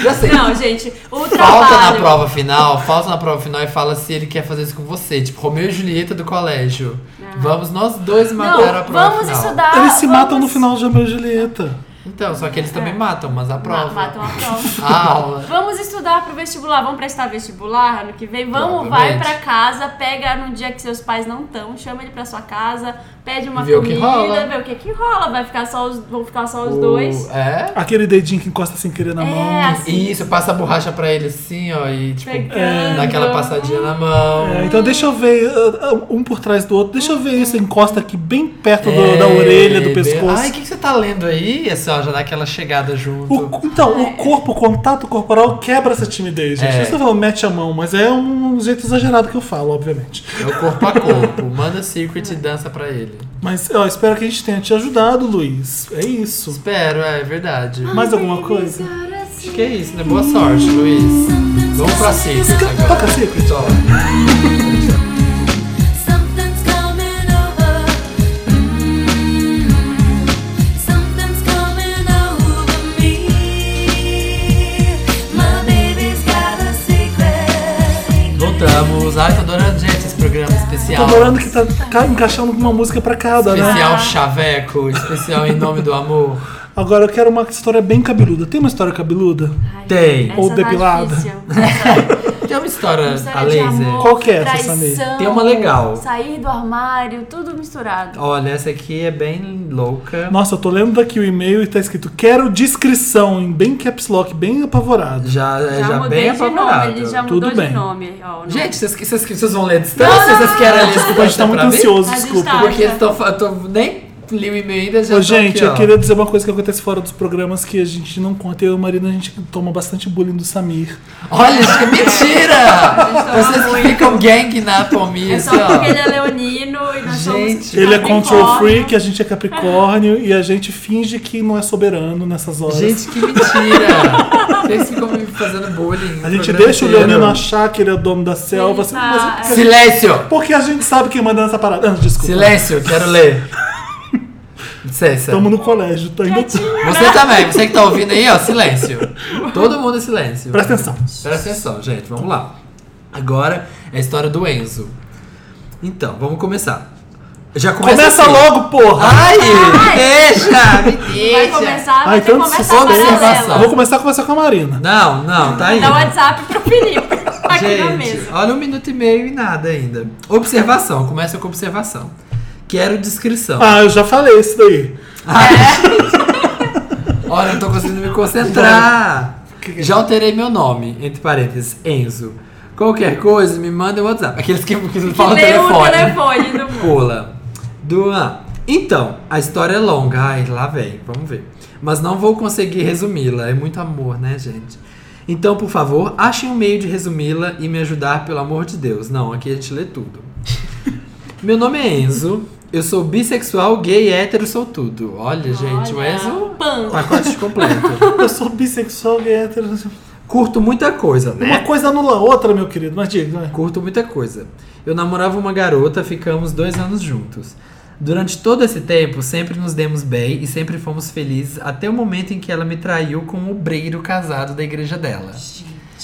S3: já sei.
S2: Não, gente, o trabalho.
S3: Falta na prova final, falta na prova final e fala se ele quer fazer isso com você. Tipo, Romeu e Julieta do colégio. Vamos nós dois matar a
S2: Ah. Não,
S3: prova
S2: vamos
S3: final.
S2: estudar.
S1: Eles se
S2: vamos-
S1: matam no final de Romeu e Julieta.
S3: Então, só que eles também matam, mas a
S2: É. Ma-
S3: prova.
S2: Ah, Matam a prova.
S3: A aula.
S2: Vamos estudar pro vestibular, vamos prestar vestibular ano que vem. Vamos, vai
S3: Provavelmente.
S2: pra casa, pega num dia que seus pais não estão, chama ele pra sua casa, pede uma
S3: Vê o que
S2: comida,
S3: rola.
S2: vê o que que rola. Vai ficar só os, vão ficar só os dois.
S3: O- É?
S1: Aquele dedinho que encosta sem querer na
S2: É,
S1: mão.
S2: assim,
S3: Isso, passa a borracha pra ele assim, ó, e tipo,
S2: Pegando.
S3: dá aquela passadinha na mão.
S1: É, então deixa eu ver uh, uh, um por trás do outro. Deixa eu ver
S2: Uhum.
S1: isso. Encosta aqui bem perto do- da
S3: É,
S1: orelha,
S3: bem-
S1: do pescoço.
S3: Ai, o que, que você tá lendo aí? Assim, ó, já dá aquela chegada junto.
S1: O- então,
S2: É.
S1: o corpo, o contato corporal quebra essa timidez, gente.
S3: É.
S1: Não estou falando mete a mão, mas é um jeito exagerado que eu falo, obviamente.
S3: É o corpo a corpo. Manda secret e dança pra ele.
S1: Mas ó, espero que a gente tenha te ajudado, Luiz. É isso.
S3: Espero, é verdade.
S1: Mais alguma coisa?
S3: Acho que é isso, né? Boa sorte, Luiz. Vamos pra secret
S1: Toca
S3: agora.
S1: secret.
S3: Tchau.
S5: Something's coming over. Mm-hmm. Something's coming over me. My baby's got a secret.
S3: Voltamos. Ai, tô adorando, gente, esse programa especial.
S1: Tô adorando que tá ca- encaixando uma música pra cada, né?
S3: Especial chaveco, especial em nome do amor.
S1: Agora eu quero uma história bem cabeluda. Tem uma história cabeluda?
S2: Ai,
S3: Tem.
S2: essa
S1: Ou
S2: tá
S1: depilada.
S2: difícil.
S3: Tem uma história, a
S2: História de
S3: laser.
S2: amor,
S1: Qual que é essa,
S2: traição,
S1: Samir?
S3: Tem uma legal.
S2: Sair do armário, tudo misturado.
S3: Olha, essa aqui é bem louca.
S1: Nossa, eu tô lendo daqui o e-mail e tá escrito Quero descrição, em bem caps lock, bem apavorado.
S3: Já, é,
S2: já,
S3: já
S2: mudei
S3: bem
S2: de nome, ele
S3: apavorado.
S2: já
S1: Tudo
S2: mudou
S1: bem.
S2: de nome. ó, o nome.
S3: Gente, vocês, vocês, vocês vão ler a distância? Vocês querem ler a
S1: Desculpa, a
S3: distância
S1: gente tá muito
S3: pra mim?
S1: ansioso,
S2: A gente
S1: desculpa.
S2: tá-
S3: Porque estão fa- tô, nem li o e-mail ainda, já
S1: Ô,
S3: tô
S1: gente,
S3: Tá aqui,
S1: é eu
S3: ó.
S1: queria dizer uma coisa que acontece fora dos programas que a gente não conta. Eu e o marido, a gente toma bastante bullying do Samir.
S3: Olha, gente, que mentira!
S2: tá
S3: Vocês que ficam gang na pomia,
S2: É
S3: assim,
S2: só porque ele
S3: ó.
S2: é leonino e nós somos tipo
S3: Gente.
S1: Ele é
S2: Capricórnio.
S1: control freak, a gente é capricórnio e a gente finge que não é soberano nessas horas.
S3: Gente, que mentira! Vocês ficam me fazendo bullying.
S1: a
S3: no
S1: gente
S3: programa um-
S1: deixa o
S3: inteiro.
S1: Leonino achar que ele é o dono da selva.
S2: Ele
S1: assim,
S2: tá-
S1: mas-
S3: Silêncio!
S1: porque a gente sabe quem manda nessa parada. Ah, desculpa.
S3: Silêncio, quero ler. Licença.
S1: Estamos no colégio, tá indo.
S3: Você também, você que tá ouvindo aí, ó, silêncio. Todo mundo em silêncio.
S1: Presta atenção.
S3: Presta atenção, gente, vamos lá. Agora é a história do Enzo. Então, vamos começar. Já começa.
S1: Começa
S3: assim.
S1: logo, porra!
S3: Ai, me deixa! Me
S2: Vai
S3: deixa!
S2: começar,
S1: Ah,
S2: vai ter
S1: então
S2: conversa
S1: só
S3: observação.
S1: Eu
S2: paralela.
S1: vou começar a conversar com a Marina.
S3: Não, não, tá indo.
S2: Dá o WhatsApp pro Felipe, tá aqui na
S3: Gente,
S2: mesa.
S3: olha um minuto e meio e nada ainda. Observação, começa com observação. Quero descrição.
S1: Ah, eu já falei isso daí.
S3: Olha, eu tô conseguindo me concentrar. Já alterei meu nome, entre parênteses, Enzo. Qualquer coisa, me manda um WhatsApp. Aqueles que, que não falam
S2: que leu o
S3: telefone.
S2: telefone do
S3: Pula. Duan. Então, a história é longa. Ai, lá vem, vamos ver. Mas não vou conseguir resumi-la. É muito amor, né, gente? Então, por favor, achem um meio de resumi-la e me ajudar, pelo amor de Deus. Não, aqui a gente lê tudo. Meu nome é Enzo. Eu sou bissexual, gay, hétero, sou tudo. Olha, gente, o
S2: Olha,
S3: Enzo. é um
S2: Pan.
S3: Pacote completo.
S1: Eu sou bissexual e hétero.
S3: Curto muita coisa,
S1: Uma
S3: né?
S1: coisa anula a outra, meu querido. Mas diga, vai.
S3: Curto muita coisa. Eu namorava uma garota, ficamos dois anos juntos. Durante todo esse tempo, sempre nos demos bem e sempre fomos felizes até o momento em que ela me traiu com um obreiro casado da igreja dela.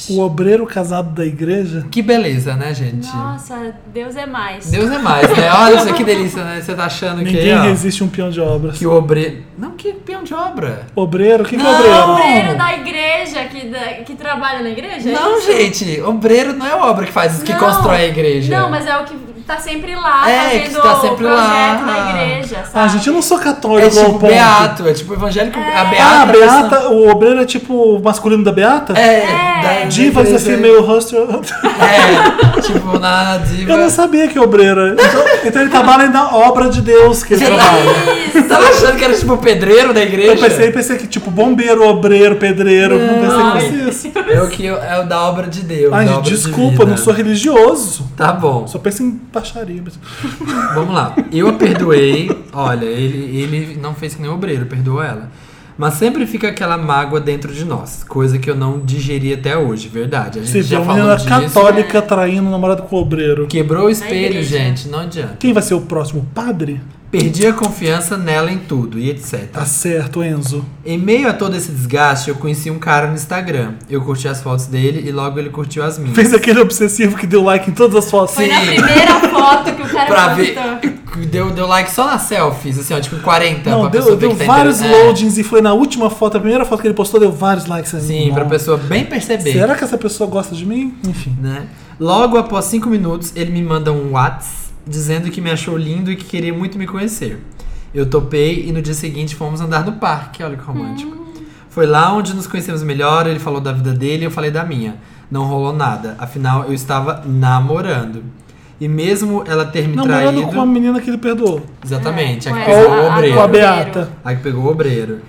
S1: O obreiro casado da igreja?
S3: Que beleza, né, gente?
S2: Nossa, Deus é mais.
S3: Deus é mais, né? Olha isso, que delícia, né? Você tá achando que,
S1: Ninguém
S3: ó,
S1: resiste a um peão de obras.
S3: que o obreiro... Não, que peão de obra.
S1: Obreiro? O que, que é
S2: Não,
S1: obreiro?
S2: obreiro da igreja, que, da- que trabalha na igreja? é
S3: um Não,
S2: isso?
S3: gente, obreiro não é obra que faz, que
S2: Não.
S3: constrói a igreja.
S2: Não, mas é o que tá sempre lá
S3: É, que
S2: fazendo
S3: tá sempre
S2: o
S3: lá.
S2: projeto da igreja, sabe?
S1: Ah, gente, eu não sou
S3: É
S1: católico ao
S3: tipo
S1: ponto.
S3: Beato, é tipo evangélico. A Beata.
S1: Ah, a
S3: tá-
S1: Beata, o obreiro é tipo o masculino da Beata?
S3: É,
S2: É.
S3: da-
S1: Divas
S3: da-
S1: é female hustler.
S3: É, tipo na diva.
S1: Eu não sabia que obreiro era. Então, então ele trabalha na obra de Deus que ele
S3: Você
S1: trabalha.
S3: tava- tava achando que era tipo pedreiro da igreja?
S1: Eu pensei, pensei que tipo bombeiro, obreiro, pedreiro. Não,
S2: Ai,
S1: pensei que fosse isso.
S3: É o que eu- é o da obra de Deus.
S1: Ai,
S3: da
S1: gente,
S3: obra de
S1: desculpa,
S3: vida.
S1: eu não sou religioso.
S3: Tá bom.
S1: Só penso em baixaria. mas-
S3: Vamos lá. Eu a perdoei. Olha, ele, ele não fez que nem obreiro, perdoou ela. Mas sempre fica aquela mágoa dentro de nós, coisa que eu não digeri até hoje, verdade. A gente
S1: Você vê
S3: já
S1: uma
S3: falou
S1: menina
S3: disso. É.
S1: católica traindo o namorado com o obreiro.
S3: Quebrou o espelho,
S2: igreja.
S3: gente, não adianta.
S1: Quem vai ser o próximo? O Padre?
S3: Perdi a confiança nela em tudo e etc.
S1: Tá certo, Enzo.
S3: Em meio a todo esse desgaste, eu conheci um cara no Instagram. Eu curti as fotos dele e logo ele curtiu as minhas.
S1: Fez aquele obsessivo que deu like em todas as fotos.
S2: Foi na
S3: Sim.
S2: primeira foto que o cara
S3: Pra ver.
S2: postou.
S3: Deu, deu like só nas selfies, assim, ó, tipo 40
S1: Não,
S3: pra
S1: deu,
S3: pessoa ver
S1: deu
S3: que tá
S1: vários
S3: inteira- é.
S1: loadings e foi na última foto, a primeira foto que ele postou, deu vários likes.
S3: Sim, pra pessoa bem perceber.
S1: Será que essa pessoa gosta de mim? Enfim.
S3: né? Logo após cinco minutos, ele me manda um Whats dizendo que me achou lindo e que queria muito me conhecer. Eu topei e no dia seguinte fomos andar no parque. Olha que romântico.
S2: Hum.
S3: Foi lá onde nos conhecemos melhor, ele falou da vida dele eu falei da minha. Não rolou nada, afinal eu estava namorando. E mesmo ela ter me
S1: Namorando
S3: traído.
S1: com uma menina que ele perdoou.
S3: Exatamente,
S2: É,
S3: a
S2: com
S3: que
S2: essa,
S3: pegou
S2: a-
S3: o
S2: a-
S3: obreiro.
S1: Com a
S2: Obreiro.
S1: Beata.
S3: A que pegou o obreiro.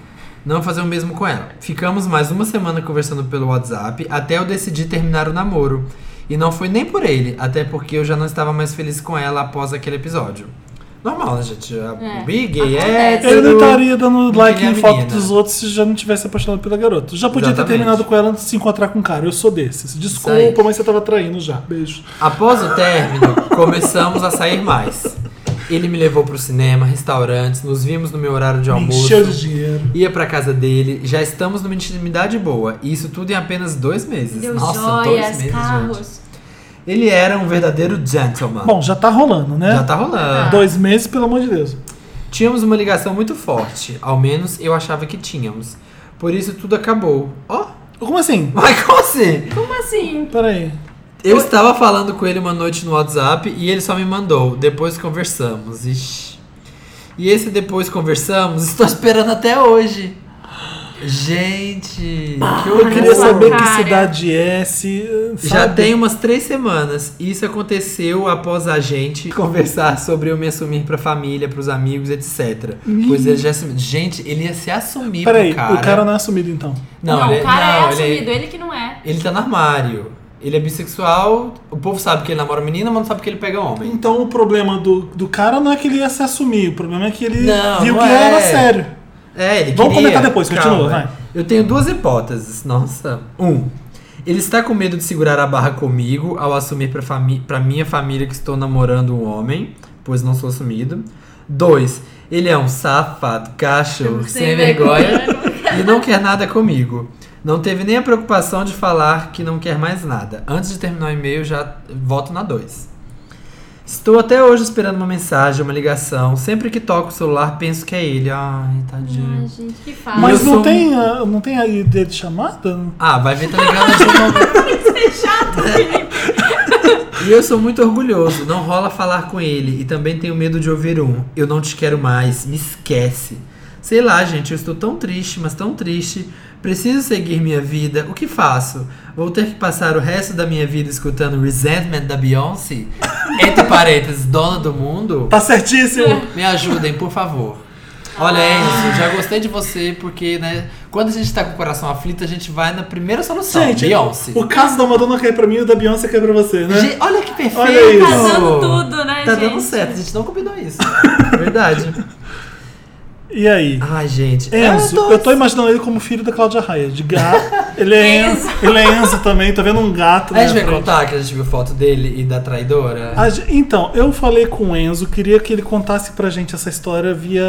S3: Não fazer o mesmo com ela. Ficamos mais uma semana conversando pelo WhatsApp até eu decidir terminar o namoro. E não foi nem por ele, até porque eu já não estava mais feliz com ela após aquele episódio. Normal, né, gente? A
S2: É.
S3: Big, gay,
S2: Acontece.
S1: Ele não
S3: hétero.
S1: estaria dando like
S3: queria
S1: em
S3: a
S1: foto
S3: menina.
S1: dos outros se já não tivesse apaixonado pela garota. Já podia ter
S3: Exatamente.
S1: terminado com ela antes de se encontrar com o cara. Eu sou desses.
S3: aí.
S1: Desculpa, mas você tava traindo já. Beijo.
S3: Após o término, começamos a sair mais. Ele me levou pro cinema, restaurantes, nos vimos no meu horário de
S1: Me
S3: almoço.
S1: Encheu de dinheiro.
S3: Ia pra casa dele, já estamos numa intimidade boa. E isso tudo em apenas dois meses.
S2: Deu
S3: Nossa, dois
S2: joias,
S3: meses,
S2: carros.
S3: gente. Ele era um verdadeiro gentleman.
S1: Bom, já tá rolando, né?
S3: já tá rolando.
S1: Dois meses, pelo amor de Deus.
S3: Tínhamos uma ligação muito forte. Ao menos eu achava que tínhamos. Por isso tudo acabou. Ó,
S1: Como assim?
S3: mas como assim?
S2: Como assim?
S1: Peraí.
S3: Eu estava falando com ele uma noite no WhatsApp e ele só me mandou. Depois conversamos. Ixi. E esse depois conversamos, estou esperando até hoje. Gente, que
S1: Ah, Eu queria
S2: sua
S1: saber
S2: cara.
S1: que cidade é, se. sabe?
S3: Já tem um umas três semanas. e Isso aconteceu após a gente conversar sobre eu me assumir pra família, pros amigos, etc. Pois ele já assumiu. Gente, ele ia se assumir
S1: Peraí,
S3: pro cara.
S1: o cara não é assumido então.
S2: Não,
S3: ele,
S2: o cara
S3: não,
S2: é assumido,
S3: Ele,
S2: ele que não é.
S3: ele tá no armário. Ele é bissexual. O povo sabe que ele namora menina, mas não sabe que ele pega homem.
S1: Então o problema do, do cara não é que ele ia se assumir, o problema é que ele
S3: Não,
S1: viu
S3: não
S1: que
S3: é.
S1: era sério.
S3: É, ele
S1: Vamos
S3: queria-
S1: comentar depois, continua, vai.
S3: Eu tenho duas hipóteses, nossa. Um, ele está com medo de segurar a barra comigo ao assumir pra, fami pra minha família que estou namorando um homem, pois não sou assumido. Dois, ele é um safado, cachorro, sem vergonha e não quer nada comigo. Não teve nem a preocupação de falar que não quer mais nada. Antes de terminar o e-mail, já volto na dois. Estou até hoje esperando uma mensagem, uma ligação. Sempre que toco o celular, penso que é ele. Ai, tadinho.
S2: Ai, gente, que fala.
S1: Mas
S3: eu
S1: não
S3: sou um-
S1: tem, ah, não tem aí dele chamada?
S3: Ah, vai ver, tá ligado? Eu sou E eu sou muito orgulhoso, não rola falar com ele e também tenho medo de ouvir um. Eu não te quero mais, me esquece. Sei lá, gente, eu estou tão triste, mas tão triste. Preciso seguir minha vida, o que faço? Vou ter que passar o resto da minha vida escutando Resentment da Beyoncé? Entre parênteses, dona do mundo?
S1: Tá certíssimo!
S3: Me ajudem, por favor. Olha,
S1: Ah.
S3: Enzo, já gostei de você, porque, né, quando a gente tá com o coração aflito, a gente vai na primeira solução,
S1: Gente,
S3: Beyoncé.
S1: o caso da Madonna cai pra mim e o da Beyoncé cai pra você, né?
S3: Gente, olha que perfeito!
S1: Olha isso.
S2: Tá dando tudo, né,
S3: Tá
S2: gente?
S3: dando certo, a gente não combinou isso. é Verdade.
S1: E aí?
S3: Ai, gente.
S1: Enzo,
S3: eu tô,
S1: eu tô imaginando ele como filho da Cláudia Raia, de gato. Ele é Enzo, ele é Enzo também, tô vendo um gato.
S3: A
S1: né?
S3: gente vai contar que a gente viu foto dele e da traidora?
S1: A gen- Então, eu falei com o Enzo, queria que ele contasse pra gente essa história via,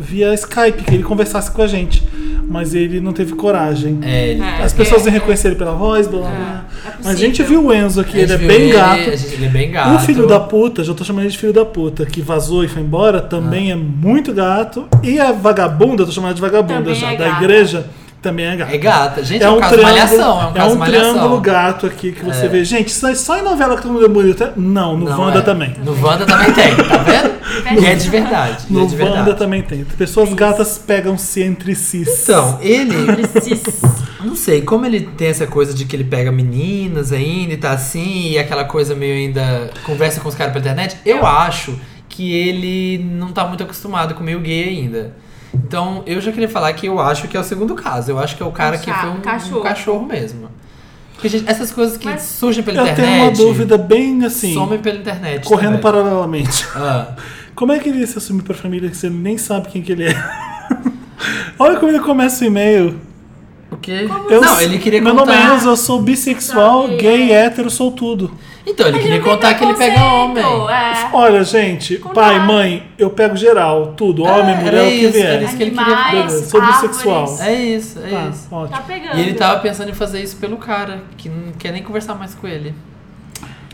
S1: via Skype, que ele conversasse com a gente. Mas ele não teve coragem.
S3: É, ele-
S2: É. Ah,
S1: As pessoas iam reconhecer ele pela voz, blá blá blá. Mas a gente
S2: possível.
S1: viu o Enzo aqui,
S3: a gente
S1: ele é
S3: viu
S1: bem
S3: a
S1: gato.
S3: gente- ele é bem gato.
S1: O filho da puta, já tô chamando ele de filho da puta, que vazou e foi
S3: Ah.
S1: embora, também é muito gato. E a vagabunda, eu tô chamando ela de vagabunda
S2: Também
S1: já,
S2: é
S1: da
S2: gata.
S1: igreja, também é gata.
S3: É gata. Gente, é, um caso
S1: triângulo-
S3: malhação. É um
S1: é
S3: caso
S1: um
S3: malhação.
S1: triângulo gato aqui que você
S3: É.
S1: vê. Gente, só, só em novela que todo mundo é bonito. é- Não, no
S3: Não,
S1: Wanda
S3: é.
S1: também.
S3: No Wanda também tem, tá vendo? E é de verdade. e
S1: No
S3: é de verdade.
S1: Wanda também tem.
S2: É
S1: Pessoas gatas pegam-se entre si.
S3: Então, ele.
S2: Precisa.
S3: Não sei, como ele tem essa coisa de que ele pega meninas ainda e tá assim, e aquela coisa meio ainda. conversa com os caras pela internet, eu acho que ele não tá muito acostumado com meio gay ainda. Então, eu já queria falar que eu acho que é o segundo caso. Eu acho que é o cara que
S2: Cacha-
S3: foi um um cachorro,
S2: cachorro.
S3: mesmo. Porque, gente, essas coisas que
S2: Mas-
S3: surgem pela
S1: Eu
S3: internet.
S1: tenho uma dúvida bem assim,
S3: Somem pela internet.
S1: correndo
S3: também.
S1: paralelamente.
S3: Ah,
S1: Como é que ele se assume pra família que você nem sabe quem que ele é? Olha como ele começa o e-mail.
S3: o quê?
S1: Eu-
S3: não, ele queria
S1: Meu
S3: contar.
S1: nome é Enzo, eu sou bissexual,
S2: Sabe,
S1: gay,
S2: é.
S1: hétero, sou tudo.
S3: Então, ele queria contar que ele pega homem.
S2: É.
S1: Olha, gente,
S2: Contar.
S1: pai, mãe, eu pego geral, tudo, homem,
S3: É,
S1: mulher,
S3: era
S1: o que
S3: isso,
S1: vier.
S3: era isso que ele queria
S2: Animais,
S1: Beleza, sou bissexual.
S2: árvores.
S3: É isso, é
S1: Tá,
S3: isso.
S1: ótimo.
S2: Tá pegando.
S3: E ele tava pensando em fazer isso pelo cara, que não quer nem conversar mais com ele.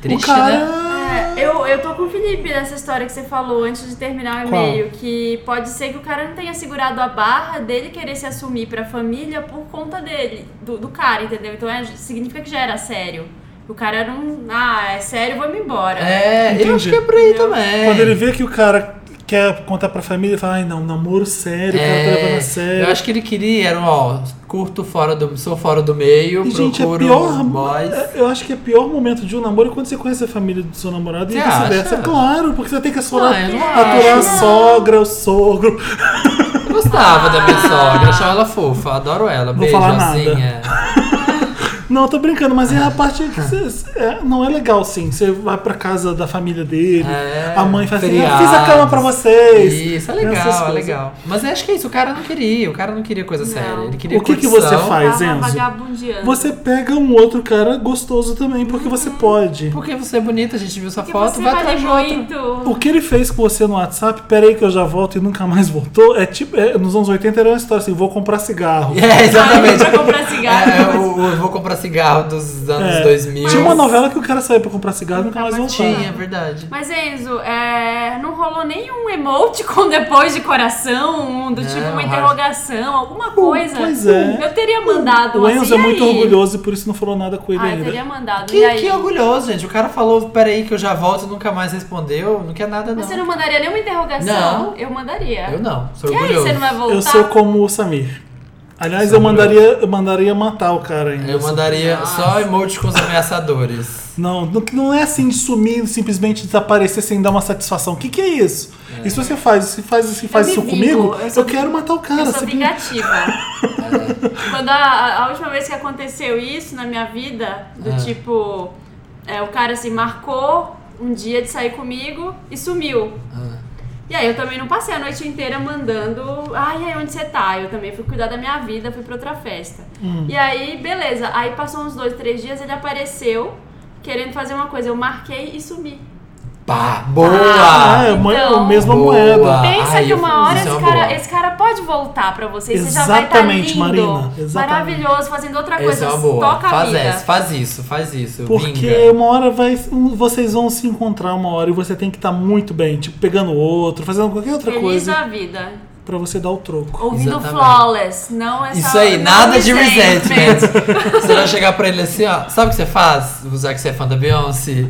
S3: Triste,
S1: o cara.
S3: né?
S2: É, eu, eu tô com o Felipe nessa história que você falou antes de terminar o
S1: Qual?
S2: e-mail, que pode ser que o cara não tenha segurado a barra dele querer se assumir pra família por conta dele, do, do cara, entendeu? Então é- significa que já era sério. O cara era um. Ah, é sério, vamos embora.
S3: É, eu acho
S1: Entendi.
S3: que é por aí também.
S1: Quando ele vê que o cara quer contar pra família, ele fala, ai não, namoro sério, o cara tá levando
S3: é,
S1: a sério.
S3: eu acho que ele queria, era, ó, curto fora do. sou fora do meio,
S1: E, gente, é
S3: procuro
S1: pior.
S3: boys.
S1: é- Eu acho que é pior momento de um namoro é quando você conhece a família do seu namorado
S3: Você
S1: e vice-versa.
S3: acha?
S1: Claro, porque você tem que assorar,
S3: Ah, eu não
S1: aturar a
S3: acho.
S1: sogra, o sogro.
S3: Eu gostava da minha sogra, achava ela fofa, adoro ela.
S1: Vou
S3: Beijo, assim,
S1: falar nada.
S3: Rosinha.
S1: Não, eu tô brincando, mas é a parte que você- é, não é legal, sim. Você vai pra casa da família dele,
S3: É,
S1: a mãe faz assim, "Ah,
S3: feriados.
S1: fiz a cama pra vocês.
S3: Isso, é
S1: Essas
S3: legal, é
S1: coisas.
S3: legal. Mas eu acho que é isso, o cara não queria, o cara não queria coisa séria. Ele queria
S1: O que que
S3: curtição.
S1: você faz?
S2: Tava
S1: Enzo,
S2: vagabundeando.
S1: Você pega um outro cara gostoso também, porque
S3: Uhum.
S1: você pode.
S3: Porque você é bonita, a gente viu sua
S2: Porque
S3: foto,
S2: você
S3: vai atrás de
S2: vale
S3: outro.
S2: muito.
S1: O que ele fez com você no WhatsApp, peraí que eu já volto e nunca mais voltou, é tipo, é, nos anos 80 era uma história assim, vou comprar cigarro.
S3: É, exatamente.
S2: Pra comprar cigarro.
S3: É, eu, eu vou comprar cigarro dos anos
S1: É.
S3: 2000.
S1: Tinha uma novela que o cara saía pra comprar cigarro e nunca mais
S2: Nunca mais
S1: voltava.
S3: Tinha, é verdade.
S2: Mas Enzo, é, não rolou nenhum emote com depois de coração, um do
S3: Não,
S2: tipo uma
S3: acho-
S2: interrogação, alguma coisa.
S1: Uh, pois é.
S2: Eu teria mandado
S1: O
S2: assim,
S1: Enzo é
S2: e
S1: muito
S2: aí?
S1: orgulhoso e por isso não falou nada com ele
S2: Ah, eu
S1: ainda.
S2: teria mandado. e
S3: Que,
S2: aí?
S3: que orgulhoso, gente. O cara falou, peraí que eu já volto e nunca mais respondeu. Não quer nada, não.
S2: Mas você não mandaria nenhuma interrogação?
S3: Não.
S2: Eu mandaria.
S3: Eu não, sou
S2: E aí,
S3: orgulhoso.
S2: você não vai voltar?
S1: Eu sou como o Samir. Aliás,
S3: Sou
S1: eu mandaria, eu mandaria matar o cara ainda.
S3: Eu mandaria só emoticons ameaçadores.
S1: Não, não, não é assim de sumir, simplesmente desaparecer sem dar uma satisfação. O que, que é isso? Isso você faz, se faz, se faz
S2: me
S1: isso
S2: vingo,
S1: comigo,
S2: eu
S1: eu,
S2: sou-
S1: quero matar o cara.
S2: eu sou
S1: simplesmente.
S2: vingativa. Quando a, a- a última vez que aconteceu isso na minha vida, do
S3: Ah.
S2: tipo, é, o cara assim marcou um dia de sair comigo e sumiu.
S3: Ah.
S2: E aí eu também não passei a noite inteira mandando, ai, e aí onde você tá? Eu também fui cuidar da minha vida, fui pra outra festa. E aí, beleza. Aí passou uns dois, três dias, ele apareceu querendo fazer uma coisa. Eu marquei e sumi.
S3: Pá, boa!
S1: Ah, é uma,
S2: então-
S1: a mesma
S3: Boa.
S1: moeda.
S2: Pensa
S3: ai,
S2: que uma
S3: isso
S2: hora
S3: é
S2: esse
S3: uma
S2: cara,
S3: boa.
S2: esse cara pode voltar pra você. e Você
S1: Exatamente,
S2: já vai estar lindo,
S1: Marina, exatamente.
S2: maravilhoso, fazendo outra
S3: Essa
S2: coisa.
S3: é uma boa.
S2: Toca a
S3: Faz,
S2: vida.
S3: essa, faz isso, faz isso.
S1: Porque
S3: Vinga.
S1: uma hora vai, um- vocês vão se encontrar uma hora e você tem que estar muito bem, tipo, pegando outro, fazendo qualquer outra
S2: Feliz
S1: coisa
S2: a vida.
S1: pra você dar o troco.
S2: Ouvindo
S3: Exatamente.
S2: flawless, não essa
S3: Isso aí,
S2: não é
S3: nada de resentment. você vai chegar pra ele assim, ó. Sabe o que você faz? Usar que você é fã da Beyoncé.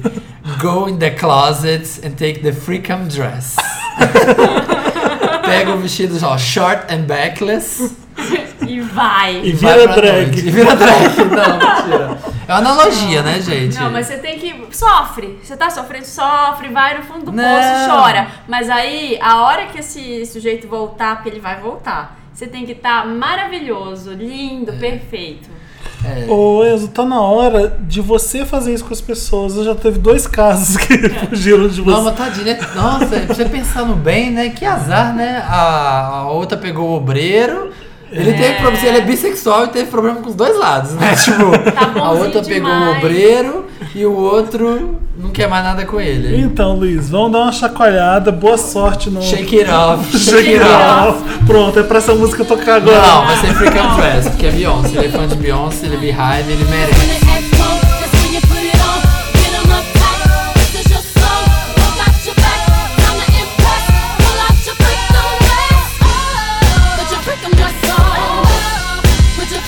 S3: Go in the closet and take the freakum dress. Pega o vestido, ó, short and backless.
S2: E vai.
S1: E
S3: vai
S1: vira
S3: pra
S1: drag.
S3: noite. E vira drag. Não, mentira. É uma analogia, né, gente?
S2: Não, mas você tem que. Sofre. Você tá sofrendo, sofre, vai no fundo do
S3: Não.
S2: poço, chora. Mas aí, a hora que esse sujeito voltar, porque ele vai voltar, você tem que estar maravilhoso, lindo,
S3: É.
S2: perfeito.
S1: Ô Enzo, tá na hora de você fazer isso com as pessoas. Eu já teve dois casos que
S3: É.
S1: fugiram de
S3: Não,
S1: você.
S3: mas tadinha, né? Nossa, você pensando bem, né? Que azar, né? A, a outra pegou o obreiro. Ele teve problema, ele é bissexual e teve problema com os dois lados, né? Tipo,
S2: Tá bonzinho
S3: a outra pegou o
S2: demais.
S3: obreiro e o outro não quer mais nada com ele.
S1: Então, Luiz, vamos dar uma chacoalhada. Boa sorte no.
S3: Shake it off, shake
S1: Shake
S3: it
S1: it
S3: off.
S1: off. Pronto, é pra essa música tocar agora.
S3: Não, vai ser Freak and Dress, porque é Beyoncé, ele é fã de Beyoncé, ele é Beehive, ele merece.
S5: When they act cold, that's when you put it on. Get 'em up tight, this is your song. Look out your back, time to impress. Pull out your freaking dress. Put your freaking dress on. Put your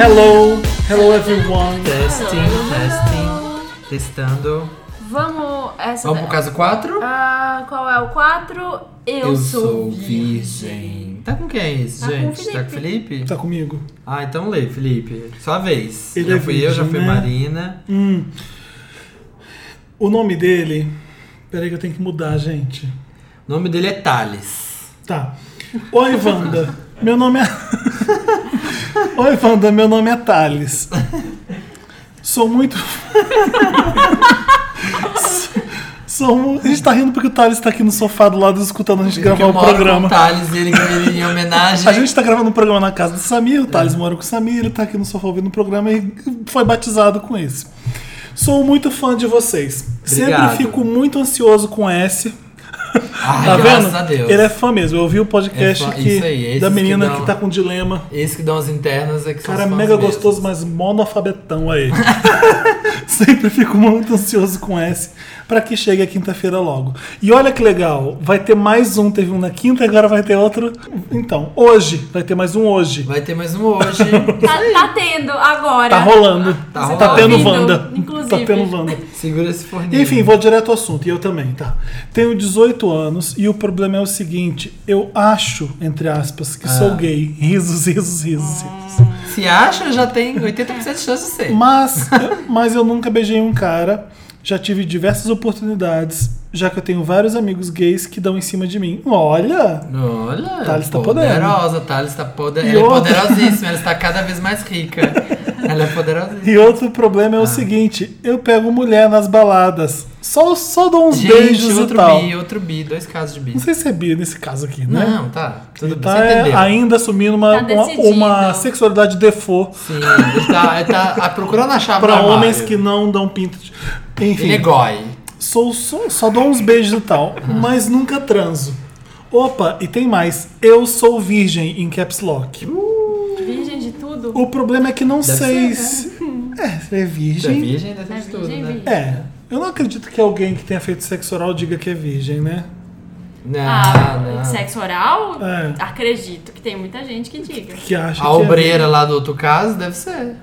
S1: Hello, hello everyone.
S3: Testing, testing, testando.
S2: Vamos. Essa
S3: Vamos pro caso 4?
S2: Ah, qual é o 4? Eu, sou
S3: virgem. Tá com quem esse,
S2: Tá com
S3: gente?
S2: o
S3: tá com o Felipe?
S1: Tá comigo?
S3: Ah, então lê, Felipe. Sua vez.
S1: Ele
S3: já
S1: é
S3: fui eu,
S1: virgem,
S3: já fui
S1: né?
S3: Marina.
S1: Hum. O nome dele. Peraí que eu tenho que mudar, gente.
S3: O nome dele é Thales.
S1: Tá. Oi, Wanda. Meu nome é. Oi, Wanda. Meu nome é Thales. Sou muito. Sou mu- A gente tá rindo porque o Thales tá aqui no sofá do lado escutando a gente
S3: Porque
S1: gravar
S3: eu
S1: o
S3: moro Com
S1: programa.
S3: o Thales, ele, ele em homenagem.
S1: A gente tá gravando um programa na casa do
S3: É.
S1: Samir, o Thales mora com o Samir, ele tá aqui no sofá ouvindo o programa e foi batizado com esse. Sou muito fã de vocês.
S3: Obrigado.
S1: Sempre fico muito ansioso com S.
S3: Ai,
S1: tá
S3: graças
S1: vendo?
S3: a Deus.
S1: Ele é fã mesmo. Eu ouvi o podcast
S3: É fã-
S1: que,
S3: isso aí, esses
S1: da menina
S3: que
S1: que,
S3: dão-
S1: tá com dilema.
S3: Esse que dá umas internas é que são
S1: Cara,
S3: os fãs
S1: mega
S3: mesmo.
S1: gostoso, mas monoalfabetão aí. Sempre fico muito ansioso com S pra que chegue a quinta-feira logo. E olha que legal, vai ter mais um, teve um na quinta, agora vai ter outro. Então, hoje, vai ter mais um hoje.
S3: Vai ter mais um hoje.
S2: Tá, tá tendo agora.
S1: Tá rolando.
S3: Tá
S1: Tá,
S3: rolando.
S1: tendo
S2: Ouvindo,
S1: Wanda.
S2: inclusive.
S1: Tá tendo Wanda.
S3: Segura esse forninho.
S1: Enfim, vou direto ao assunto, e eu também, tá? Tenho 18 anos e o problema é o seguinte: eu acho, entre aspas, que
S3: Ah.
S1: sou gay. Risos, risos, risos, risos.
S3: Se acha, já tem 80% de chance de ser.
S1: Mas, mas eu nunca beijei um cara, já tive diversas oportunidades, já que eu tenho vários amigos gays que dão em cima de mim. Olha!
S3: Olha,
S1: Thales tá podendo.
S3: poderosa, Thales tá poder...
S1: E
S3: ela
S1: outra-
S3: é poderosíssima, ela está cada vez mais rica. ela é poderosíssima.
S1: E outro problema
S3: Ah.
S1: é o seguinte: eu pego mulher nas baladas. Só, só dou uns
S3: Gente,
S1: beijos
S3: outro
S1: e tal.
S3: bi, outro bi, dois casos de bi.
S1: Não sei se é bi nesse caso aqui, né?
S3: Não, tá, tudo
S1: ele
S3: bem,
S1: tá
S3: você
S1: é,
S3: entendeu.
S1: ainda assumindo uma,
S2: Tá
S1: uma,
S2: decidindo.
S1: uma sexualidade default
S3: Sim, ele tá, ele tá ah, procurando a chave
S1: pra
S3: do armário.
S1: homens que não dão pinto. de- Enfim,
S3: Ele é goi.
S1: sou, sou- só dou uns beijos e tal,
S3: Uhum.
S1: mas nunca transo. Opa, e tem mais. Eu sou virgem em caps lock.
S2: Virgem de tudo.
S1: O problema é que não
S3: Uh. Deve
S1: sei
S3: ser, Uhum.
S1: se. É, você é
S3: Você é
S1: virgem.
S3: virgem, ainda tem de tudo,
S2: virgem,
S3: né?
S2: virgem.
S1: É. Eu não acredito que alguém que tenha feito sexo oral diga que é virgem, né?
S3: Não,
S2: Ah,
S3: não.
S2: sexo oral?
S1: É.
S2: Acredito que tem muita gente que diga.
S1: Que acha
S3: A
S1: que. é
S3: obreira lá do outro caso deve ser.
S1: virgem.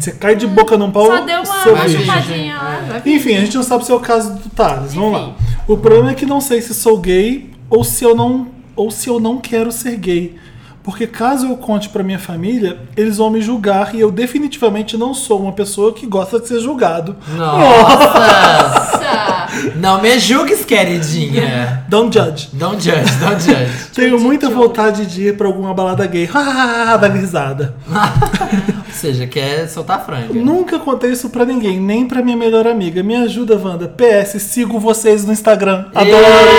S1: Você cai de boca num pau.
S2: Só deu
S1: sou
S2: uma
S3: Sobre
S1: virgem.
S2: chupadinha lá. vai vir.
S1: Enfim, a gente não sabe se é o caso do Thales. Vamos lá. O problema é que não sei se sou gay ou se eu não ou se eu não quero ser gay. Porque caso eu conte pra minha família, eles vão me julgar e eu definitivamente não sou uma pessoa que gosta de ser julgado.
S3: Nossa!
S2: Nossa!
S3: não me julgues, queridinha.
S1: Don't judge.
S3: Don't judge, don't judge.
S1: Tenho muita vontade de ir pra alguma balada gay. Ah, da risada.
S3: Ou seja, quer soltar a franga.
S1: Nunca contei isso pra ninguém, nem pra minha melhor amiga. Me ajuda, Wanda. PS, sigo vocês no Instagram. Adoro!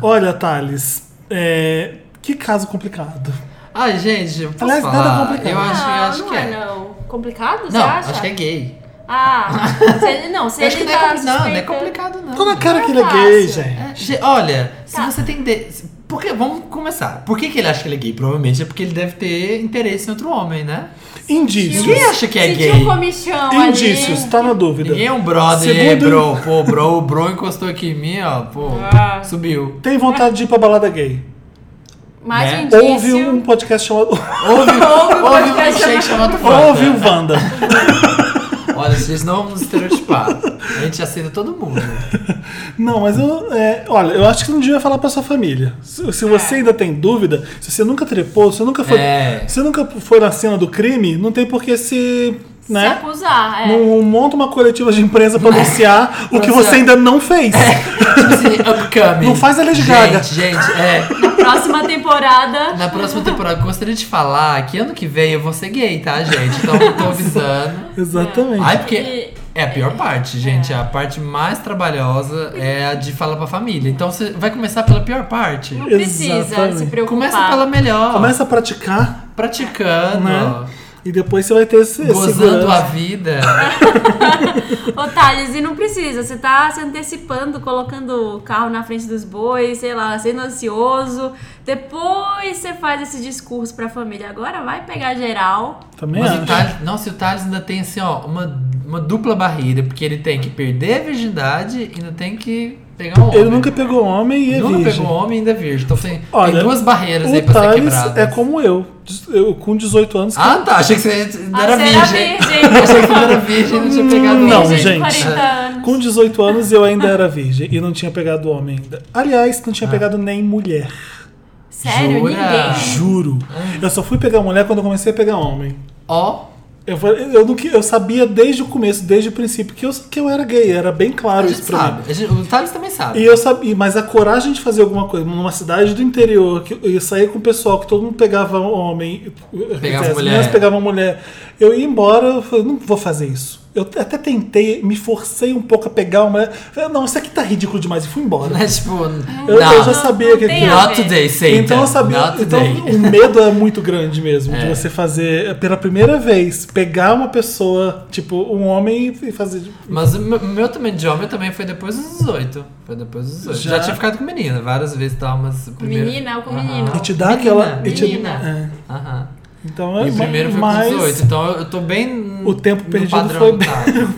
S1: Olha, Thales, é, que caso complicado.
S3: Ai, gente, eu posso
S1: Aliás, nada
S3: falar?
S1: complicado.
S3: Eu acho, eu
S2: Ah,
S3: acho
S2: não
S3: que
S2: é,
S3: é.
S2: não. Complicado, você
S3: Não,
S2: acha?
S3: acho que é gay.
S2: Ah, se ele, não, se
S3: Eu acho que
S2: ele
S3: não
S2: tá
S3: é, compli- não, não é
S2: suspeitando-
S3: complicado, não.
S1: Tá na cara
S2: Não é
S1: que ele é gay,
S2: fácil.
S1: gente.
S3: É, ge- Olha, se
S2: Tá.
S3: você tem. De... se- Por que... Vamos começar. Por que, que ele acha que ele é gay? Provavelmente é porque ele deve ter interesse em outro homem, né?
S1: Indícios.
S3: Ninguém acha que é
S2: Sentiu
S3: gay.
S2: um comichão ali.
S1: Indícios, tá na dúvida.
S3: Ninguém é um brother, e aí,
S1: Segundo-
S3: bro. Pô, bro, o bro encostou aqui em mim, ó. Pô,
S2: Ah.
S3: subiu.
S1: Tem vontade de ir pra balada gay.
S2: Mais
S3: né?
S2: um indício.
S1: Ouve um podcast chamado.
S3: Ouve, ouve um
S2: podcast
S3: milkshake chamado Fanta.
S1: Ouve o Wanda.
S3: Olha, vocês não vão nos estereotipar. A gente aceita todo mundo.
S1: Não, mas eu. é, olha, eu acho que não devia falar pra sua família. Se, se você ainda tem dúvida, se você nunca trepou, se você nunca foi.
S3: É.
S1: Se você nunca foi na cena do crime, não tem por que se.
S2: Se
S1: né?
S2: acusar, é.
S1: Não monta uma coletiva de imprensa pra anunciar o que
S3: Pra
S1: você ainda não fez.
S3: Tipo assim, upcoming.
S1: Não faz a Lady
S3: gente,
S1: Gaga.
S3: Gente, é.
S2: Próxima temporada.
S3: Na próxima temporada, eu gostaria de falar que ano que vem eu vou ser gay, tá, gente? Então eu tô avisando.
S1: Exatamente.
S3: Ai, porque é a pior parte, gente. A parte mais trabalhosa é a de falar pra família. Então você vai começar pela pior parte.
S2: Não precisa
S1: Exatamente.
S2: se preocupar.
S3: Começa pela melhor.
S1: Começa a praticar,
S3: praticando,
S1: né? E depois você vai ter esse.
S3: gozando
S1: segurança.
S3: a vida.
S2: Ô, Thales, e não precisa. Você tá se antecipando, colocando o carro na frente dos bois, sei lá, sendo ansioso. Depois você faz esse discurso pra família. Agora vai pegar geral.
S1: Também
S3: Mas o
S1: acho.
S3: Thales, nossa, e o Thales ainda tem assim, ó, uma, uma dupla barreira, porque ele tem que perder a virgindade e ainda tem que Pegar um homem.
S1: Ele nunca pegou homem e é
S3: Nunca
S1: virgem.
S3: pegou homem ainda é virgem. Então tem, tem
S1: Olha,
S3: duas barreiras aí
S1: o
S3: pra ser
S1: Thales
S3: quebradas.
S1: é como eu. Eu com 18 anos.
S3: Ah, tá. Achei que você
S2: Ah,
S3: era
S2: você
S3: virgem. Achei que você era virgem e não tinha pegado
S1: Não,
S3: homem.
S2: Virgem de
S1: gente.
S2: 40 anos.
S1: Com 18 anos eu ainda era virgem e não tinha pegado homem ainda. Aliás,
S3: Ah.
S1: não tinha pegado nem mulher.
S2: Sério,
S3: Jura?
S2: ninguém.
S1: Juro. Eu só fui pegar mulher quando eu comecei a pegar homem.
S3: Ó,
S1: Eu, falei- eu, não que- eu sabia desde o começo, desde o princípio, que eu, que eu era gay. Era bem
S3: a
S1: claro
S3: gente
S1: isso pra mim.
S3: Tipo, sabe. A gente- o Thales também sabe.
S1: E eu sabia, mas a coragem de fazer alguma coisa numa cidade do interior, que eu saía com o pessoal, que todo mundo pegava homem, quer dizer, as
S3: mulher.
S1: meninas pegavam mulher. Eu ia embora, eu falei, não vou fazer isso. Eu até tentei, me forcei um pouco a pegar uma. Falei, não, isso aqui tá ridículo demais, e fui embora.
S3: Né, tipo,
S1: Eu,
S3: não.
S1: eu já sabia que
S2: tem
S1: aquilo.
S2: a
S3: Not today, Satan.
S1: Então eu sabia.
S3: Not
S1: Então
S3: today.
S1: o medo é muito grande mesmo
S3: É.
S1: de você fazer pela primeira vez, pegar uma pessoa, tipo, um homem e fazer.
S3: Mas o meu, meu também de homem também foi depois dos 18. Foi depois dos 18. Já,
S1: Já?
S3: tinha ficado com menina várias vezes e tal, mas. o primeiro-
S2: Menina ou com
S3: Aham.
S2: menino?
S1: E te dá
S3: Menina,
S1: aquela. e te-
S2: menina.
S1: é.
S3: Aham.
S1: Então é
S3: E o primeiro foi
S1: mais...
S3: com 18. Então eu, eu tô bem.
S1: O tempo
S3: no
S1: perdido
S3: padrão
S1: foi
S3: do
S1: bem-
S3: Thales.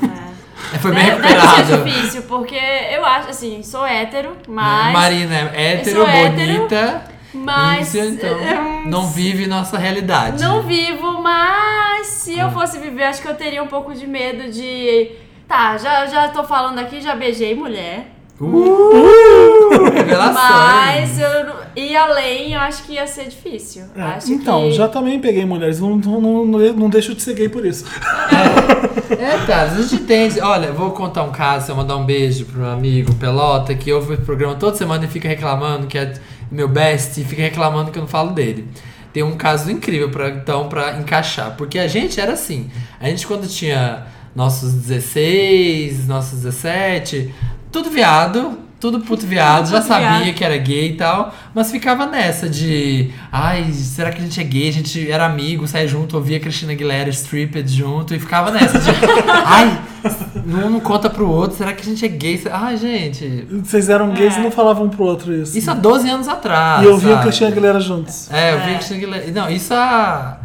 S3: É, foi bem
S2: Deve- Deve ser
S3: recuperado. Né,
S2: difícil, porque eu acho, assim, sou hétero, mas.
S3: Marina é hétero,
S2: sou hétero,
S3: bonita.
S2: mas-
S3: isso, então,
S2: eh,
S3: não vive nossa realidade.
S2: Não vivo, mas se
S1: Ah.
S2: eu fosse viver, acho que eu teria um pouco de medo de. Tá, já, já tô falando aqui, já beijei mulher.
S3: Uh,
S1: Tá
S3: revelações.
S2: Mas eu não- e além, eu acho que ia ser difícil.
S1: É,
S2: Acho
S1: então,
S2: que...
S1: já também peguei mulheres, não, não, não, não deixo de ser gay por isso.
S3: É, Thales, a gente entende. Olha, eu vou contar um caso, eu mandar um beijo pro meu amigo Pelota, que ouve o programa toda semana e fica reclamando, que é meu best, e fica reclamando que eu não falo dele. Tem um caso incrível pra, então, pra encaixar. Porque a gente era assim. A gente quando tinha nossos 16, nossos 17, tudo viado, tudo puto viado, já
S2: puto
S3: sabia
S2: viado.
S3: que era gay e tal, mas ficava nessa de, ai, será que a gente é gay? A gente era amigo, saía junto, ouvia Cristina Aguilera Stripped junto e ficava nessa de, ai, um não conta pro outro, será que a gente é gay? Ai, gente,
S1: Vocês eram gays e não falavam um pro outro isso.
S3: É. isso é há 12 anos atrás.
S1: e eu vi a
S3: sabe?
S1: Cristina Aguilera juntos.
S3: É, eu vi a Cristina Aguilera. Não, isso há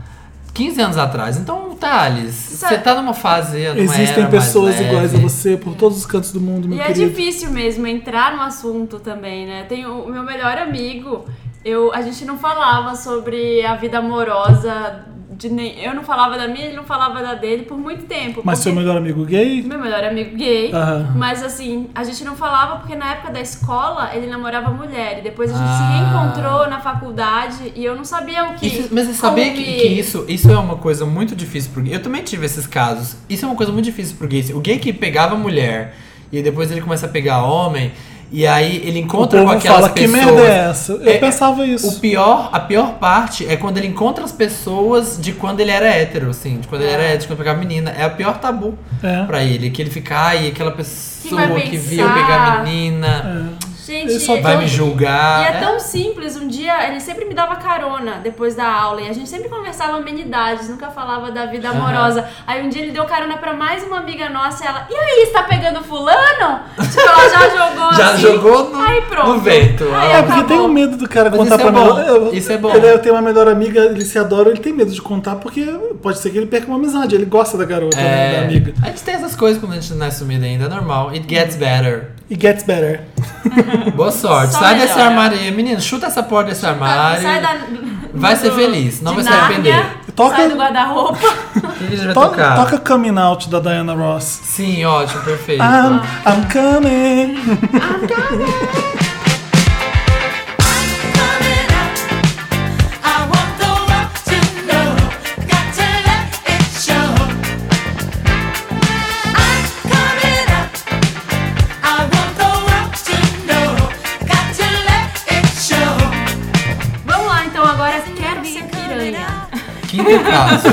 S3: 15 anos atrás. Então, Thales, você tá numa fase. numa era
S1: Existem
S3: mais
S1: pessoas iguais a
S3: leve.
S1: você por todos os cantos do mundo, meu
S2: E é
S1: querido.
S2: difícil mesmo entrar no assunto também, né? Tem o o meu melhor amigo, eu, a gente não falava sobre a vida amorosa de nem, eu não falava da minha, ele não falava da dele por muito tempo.
S1: Mas seu
S2: porque-
S1: melhor amigo gay?
S2: meu melhor amigo gay,
S1: Aham.
S2: mas assim, a gente não falava porque na época da escola ele namorava mulher e depois a gente
S3: Ah.
S2: se reencontrou na faculdade e eu não sabia o que.
S3: Isso- mas você sabia que,
S2: como
S3: que isso, isso é uma coisa muito difícil pro gay. Eu também tive esses casos. Isso é uma coisa muito difícil pro gay. O gay que pegava mulher e depois ele começa a pegar homem, e aí ele encontra
S1: o
S3: com
S1: povo
S3: aquelas
S1: fala, que
S3: pessoas.
S1: merda é essa? Eu
S3: É,
S1: pensava
S3: O
S1: isso.
S3: pior, a pior parte é quando ele encontra as pessoas de quando ele era hétero, assim, de quando
S2: Ah.
S3: ele era hétero, de quando pegava menina. É o pior tabu
S1: É.
S3: pra ele, que ele fica, ai, aquela pessoa
S2: vai
S3: que viu
S2: pensar?"
S3: pegar menina
S1: É.
S2: Gente,
S1: Ele só
S2: eu-
S3: vai me
S2: E
S3: julgar.
S2: é tão simples, um dia ele sempre me dava carona depois da aula e a gente sempre conversava amenidades, nunca falava da vida
S3: Aham.
S2: amorosa. Aí um dia ele deu carona pra mais uma amiga nossa e ela, e aí, está pegando fulano? Tipo, ela já jogou
S3: Já
S2: assim.
S3: jogou no,
S2: Aí pronto.
S3: no vento.
S2: Aí
S3: ó.
S1: É, porque
S2: Acabou.
S1: tem o medo do cara
S3: Tá Mas
S1: contar
S3: isso é
S1: pra
S3: bom,
S1: mim. Eu-
S3: isso é bom.
S1: Ele, eu tenho uma melhor amiga, ele se adora, ele tem medo de contar, porque pode ser que ele perca uma amizade. Ele gosta da garota, né,
S2: é
S1: da amiga.
S3: É. A gente tem essas coisas quando a gente não é sumida ainda, é normal. It gets better.
S1: E gets better.
S3: Boa sorte.
S2: Hum. Só
S3: Sai
S2: melhora.
S3: desse armário. Menino, chuta essa porta desse armário.
S2: Sai da,
S3: Vai ser
S2: do-
S3: feliz, não
S2: de
S3: vai se arrepender.
S2: Nárnia,
S1: Toca-
S2: Sai do guarda-roupa.
S3: O que a gente vai
S1: To-
S3: tocar?
S1: Toca Coming Out da Diana Ross.
S3: Sim, ótimo, perfeito.
S1: I'm,
S2: Ah.
S1: I'm coming.
S2: Vamos lá, então agora quero ser piranha.
S3: Quinto caso.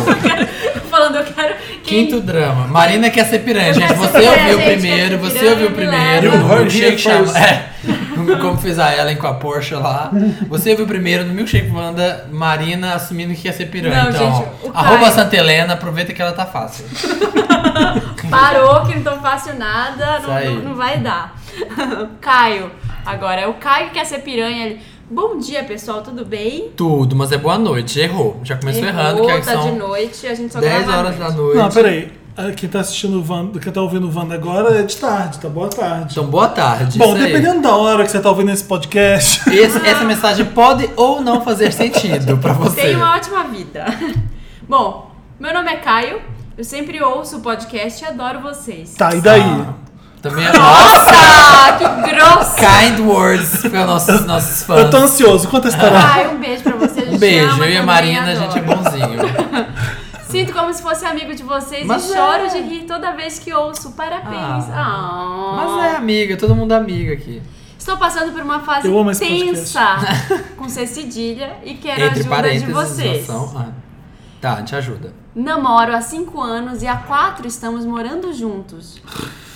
S2: Falando, eu quero. quem-
S3: Quinto drama. Marina quer ser piranha,
S2: Eu
S3: gente.
S2: quero ser
S3: Você
S2: piranha,
S3: ouviu
S2: gente,
S3: primeiro,
S2: quero ser
S3: você
S2: piranha,
S3: ouviu
S2: me
S3: primeiro.
S2: leva.
S3: No
S1: You heard
S3: milkshake
S1: here
S3: chama.
S1: first.
S3: É. Como fez a Ellen com a Porsche lá. Você ouviu primeiro no milkshake manda Marina assumindo que quer ser piranha.
S2: Não,
S3: então,
S2: gente,
S3: ó,
S2: o Caio-
S3: arroba Santa Helena, aproveita que ela tá fácil.
S2: Parou, que não tão fácil nada, não,
S3: Sai.
S2: não, não vai dar. Caio, agora é o Caio que quer ser piranha. Ele, Bom dia, pessoal, tudo bem?
S3: Tudo, mas é boa noite. Errou. Já começou
S2: Errou,
S3: errando, que aí
S2: tá de
S3: são
S2: noite, a gente só
S3: 10
S2: grava à
S3: horas da
S2: noite.
S3: noite.
S1: Não, peraí. Ah, Quem tá assistindo o Wanda, quem tá ouvindo o Wanda agora é de tarde, tá? Boa tarde.
S3: Então, boa tarde.
S1: Bom,
S3: isso aí.
S1: dependendo da hora que você tá ouvindo esse podcast.
S3: Esse- essa mensagem pode ou não fazer sentido pra você.
S2: Tenha uma ótima vida. Bom, meu nome é Caio. Eu sempre ouço o podcast e adoro vocês.
S1: Tá, e daí?
S3: Também é nossa.
S2: Nossa, que grosso!
S3: Kind words para nossos, nossos fãs.
S1: Eu tô ansioso, quanto é estará?
S2: Ai, um beijo pra você. a gente
S3: Um beijo.
S2: ama
S3: Eu e a
S2: também,
S3: Marina, a
S2: adoro.
S3: gente é bonzinho.
S2: Sinto como se fosse amigo de vocês
S3: Mas
S2: e
S3: é.
S2: choro de rir toda vez que ouço. Parabéns. Ah.
S3: Mas é amiga, todo mundo é amigo aqui.
S2: Estou passando por uma fase
S1: Eu amo esse
S2: tensa com C cedilha e quero a
S3: Entre
S2: ajuda de
S3: parênteses,
S2: vocês.
S3: noção- ah. Tá, a gente ajuda.
S2: Namoro há cinco anos e há quatro estamos morando juntos.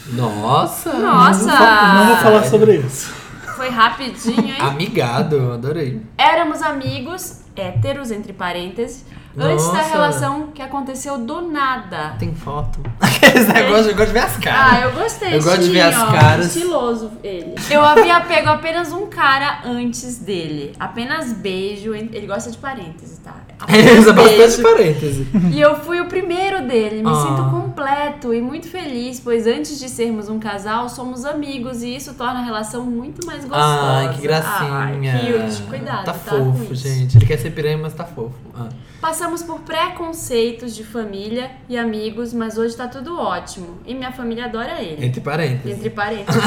S3: Nossa!
S2: Nossa!
S1: Hum, Não vou falar sobre isso.
S2: Foi rapidinho, hein?
S3: Ah. Amigado, adorei.
S2: Éramos amigos, héteros, entre parênteses, antes da
S3: Nossa.
S2: relação que aconteceu do nada.
S3: Tem foto. Aqueles negócios, eu gosto de ver as caras.
S2: Ah, eu gostei.
S3: Eu gosto de ver
S2: Chiquinho,
S3: as
S2: ó.
S3: caras.
S2: Estiloso ele. Eu havia pego apenas um cara antes dele. Apenas beijo. en- Ele gosta de parênteses, tá?
S3: Ele
S2: Apenas
S3: usa é bastante
S2: beijo.
S3: parêntese.
S2: E eu fui o primeiro dele. Me
S3: Ah.
S2: sinto completo e muito feliz, pois antes de sermos um casal, somos amigos e isso torna a relação muito mais gostosa.
S3: Ai, que gracinha.
S2: Ai, cute. Cuidado,
S3: tá
S2: tá?
S3: fofo,
S2: com isso.
S3: gente. Ele quer ser piranha, mas tá fofo. Ah.
S2: Passamos por preconceitos de família e amigos, mas hoje tá tudo ótimo. E minha família adora ele.
S3: Entre parênteses.
S2: Entre parênteses.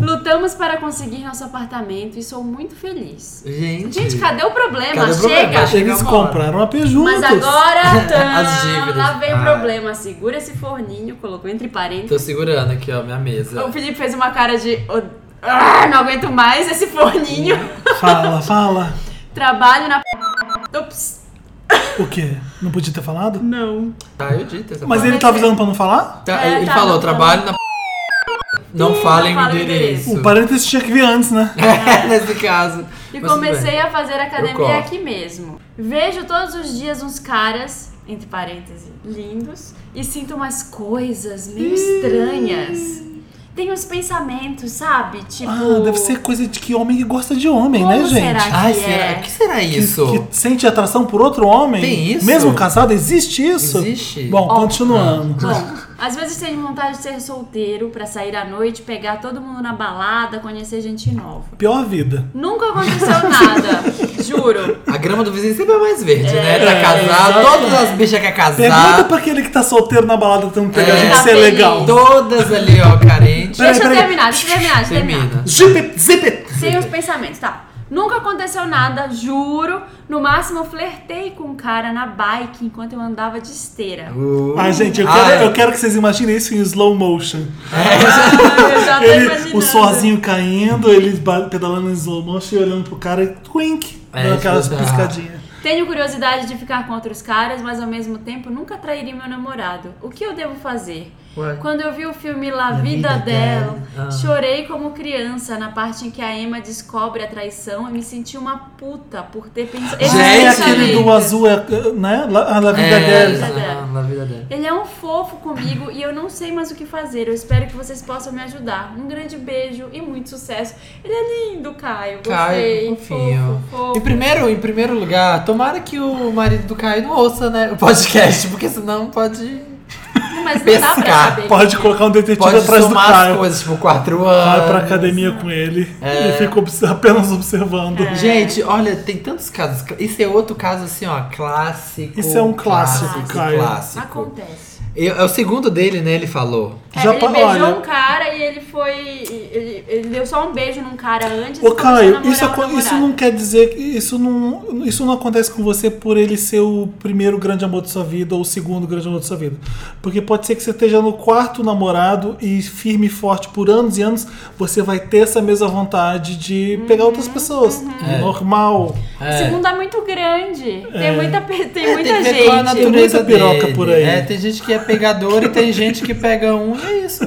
S2: Lutamos para conseguir nosso apartamento e sou muito feliz.
S3: Gente.
S2: Gente, cadê o problema?
S3: Cadê o problema?
S2: Chega!
S3: Chega.
S1: Eles compraram a P juntos.
S2: Mas agora.
S3: As dívidas.
S2: tã, lá vem o
S3: Ah.
S2: problema. Segura esse forninho, colocou entre parênteses.
S3: Tô segurando aqui, ó, minha mesa.
S2: O Felipe fez uma cara de. "Oh, ah, não aguento mais esse forninho.
S1: Fala, fala.
S2: Trabalho na. Ops.
S1: O quê? Não podia ter falado?
S2: Não.
S3: Tá, eu dito essa
S1: Mas
S3: parte.
S1: ele tá avisando pra não falar?
S3: Tá,
S2: É,
S3: ele
S2: tá,
S3: falou,
S2: não
S3: trabalho na... Não
S2: Ih,
S3: falem
S2: não
S3: o
S2: fala o endereço.
S3: endereço.
S1: O parênteses tinha que vir antes, né?
S3: É, nesse caso.
S2: E
S3: Mas tudo bem.
S2: comecei a fazer academia
S3: corto.
S2: aqui mesmo. Vejo todos os dias uns caras, entre parênteses, lindos, e sinto umas coisas meio estranhas. Tem uns pensamentos, sabe? Tipo.
S1: Ah, deve ser coisa de que homem que gosta de homem,
S2: Como
S1: né, gente?
S2: será
S3: Ai,
S2: que
S3: será?
S2: é?
S3: que será isso?
S1: Que, que sente atração por outro homem?
S3: Tem isso?
S1: Mesmo casado, existe isso?
S3: Existe. Ah.
S1: Bom,
S2: Ó.
S1: continuando.
S2: Bom, às vezes tenho vontade de ser solteiro pra sair à noite, pegar todo mundo na balada, conhecer gente nova.
S1: Pior vida.
S2: Nunca aconteceu nada, juro.
S3: A grama do vizinho sempre é mais verde, né? Tá casado, todas as bichas que é
S1: Pergunta
S3: casado.
S1: pra aquele que tá solteiro na balada tentando pegar
S3: É.
S1: gente ser
S2: Tá
S1: legal.
S2: feliz.
S3: Todas ali, ó, carente.
S1: Peraí,
S2: deixa eu
S1: peraí.
S2: terminar, deixa eu terminar, deixa eu terminar.
S3: Termina.
S1: Zip it, zip it.
S2: Sem os pensamentos, tá. Nunca aconteceu nada, juro. No máximo, eu flertei com um cara na bike enquanto eu andava de esteira.
S3: Uh.
S1: Ai, Ah, gente, eu
S3: Ai.
S1: quero, eu quero que vocês imaginem isso em slow motion.
S2: eu já tô
S1: Ele,
S2: imaginando.
S1: o sozinho caindo, ele ba- pedalando em slow motion e olhando pro cara e twink,
S3: É,
S1: dando aquelas
S3: isso dá.
S1: piscadinhas.
S2: Tenho curiosidade de ficar com outros caras, mas ao mesmo tempo nunca trairi meu namorado. O que eu devo fazer?
S3: Ué.
S2: Quando eu vi o filme La
S3: Vida
S2: Vida, Dela,
S3: Dela, ah.
S2: chorei como criança na parte em que a Emma descobre a traição e me senti uma puta por ter pensado.
S3: Gente,
S1: é
S3: Exatamente.
S1: aquele do azul, é, né? La- A La vida
S3: é,
S1: dela.
S3: ah, na vida dela.
S2: Ele é um fofo comigo e eu não sei mais o que fazer. Eu espero que vocês possam me ajudar. Um grande beijo e muito sucesso. Ele é lindo, Caio. Gostei.
S3: Caio, fofinho.
S2: Fofo, fofo.
S3: Em primeiro, em primeiro lugar, tomara que o marido do Caio não ouça, né, o podcast, porque senão pode,
S2: Mas não dá pra
S3: pescar.
S2: saber.
S1: Pode colocar um detetive
S3: pode
S1: atrás do
S3: somar as
S1: cara.
S3: coisas, tipo, quatro anos.
S1: Vai pra academia com ele e fica obs- apenas observando.
S2: É.
S3: Gente, olha, tem tantos casos. Esse é outro caso, assim, ó, clássico.
S1: Isso é um clássico, Caio.
S3: clássico.
S2: Acontece.
S3: Eu- É o segundo dele, né, ele falou.
S2: É,
S1: Já
S2: ele
S1: pa-
S2: beijou
S1: olha-
S2: um cara e ele foi. Ele, ele deu só um beijo num cara antes. e
S1: Ô
S2: começou a
S1: Caio,
S2: namorar
S1: isso,
S2: o
S1: aco- isso
S2: namorado.
S1: não quer dizer que isso não, isso não acontece com você por ele ser o primeiro grande amor de sua vida ou o segundo grande amor de sua vida. Porque pode ser que você esteja no quarto namorado e firme e forte por anos e anos, você vai ter essa mesma vontade de pegar outras pessoas. É. Normal.
S2: O segundo Uhum, é muito grande. Tem muita, pe- tem muita
S3: tem que ver qual é a
S2: gente.
S3: natureza
S1: Tem muita piroca
S3: dele.
S1: por aí.
S3: É, tem gente que é pegador e tem gente que pega um e é isso.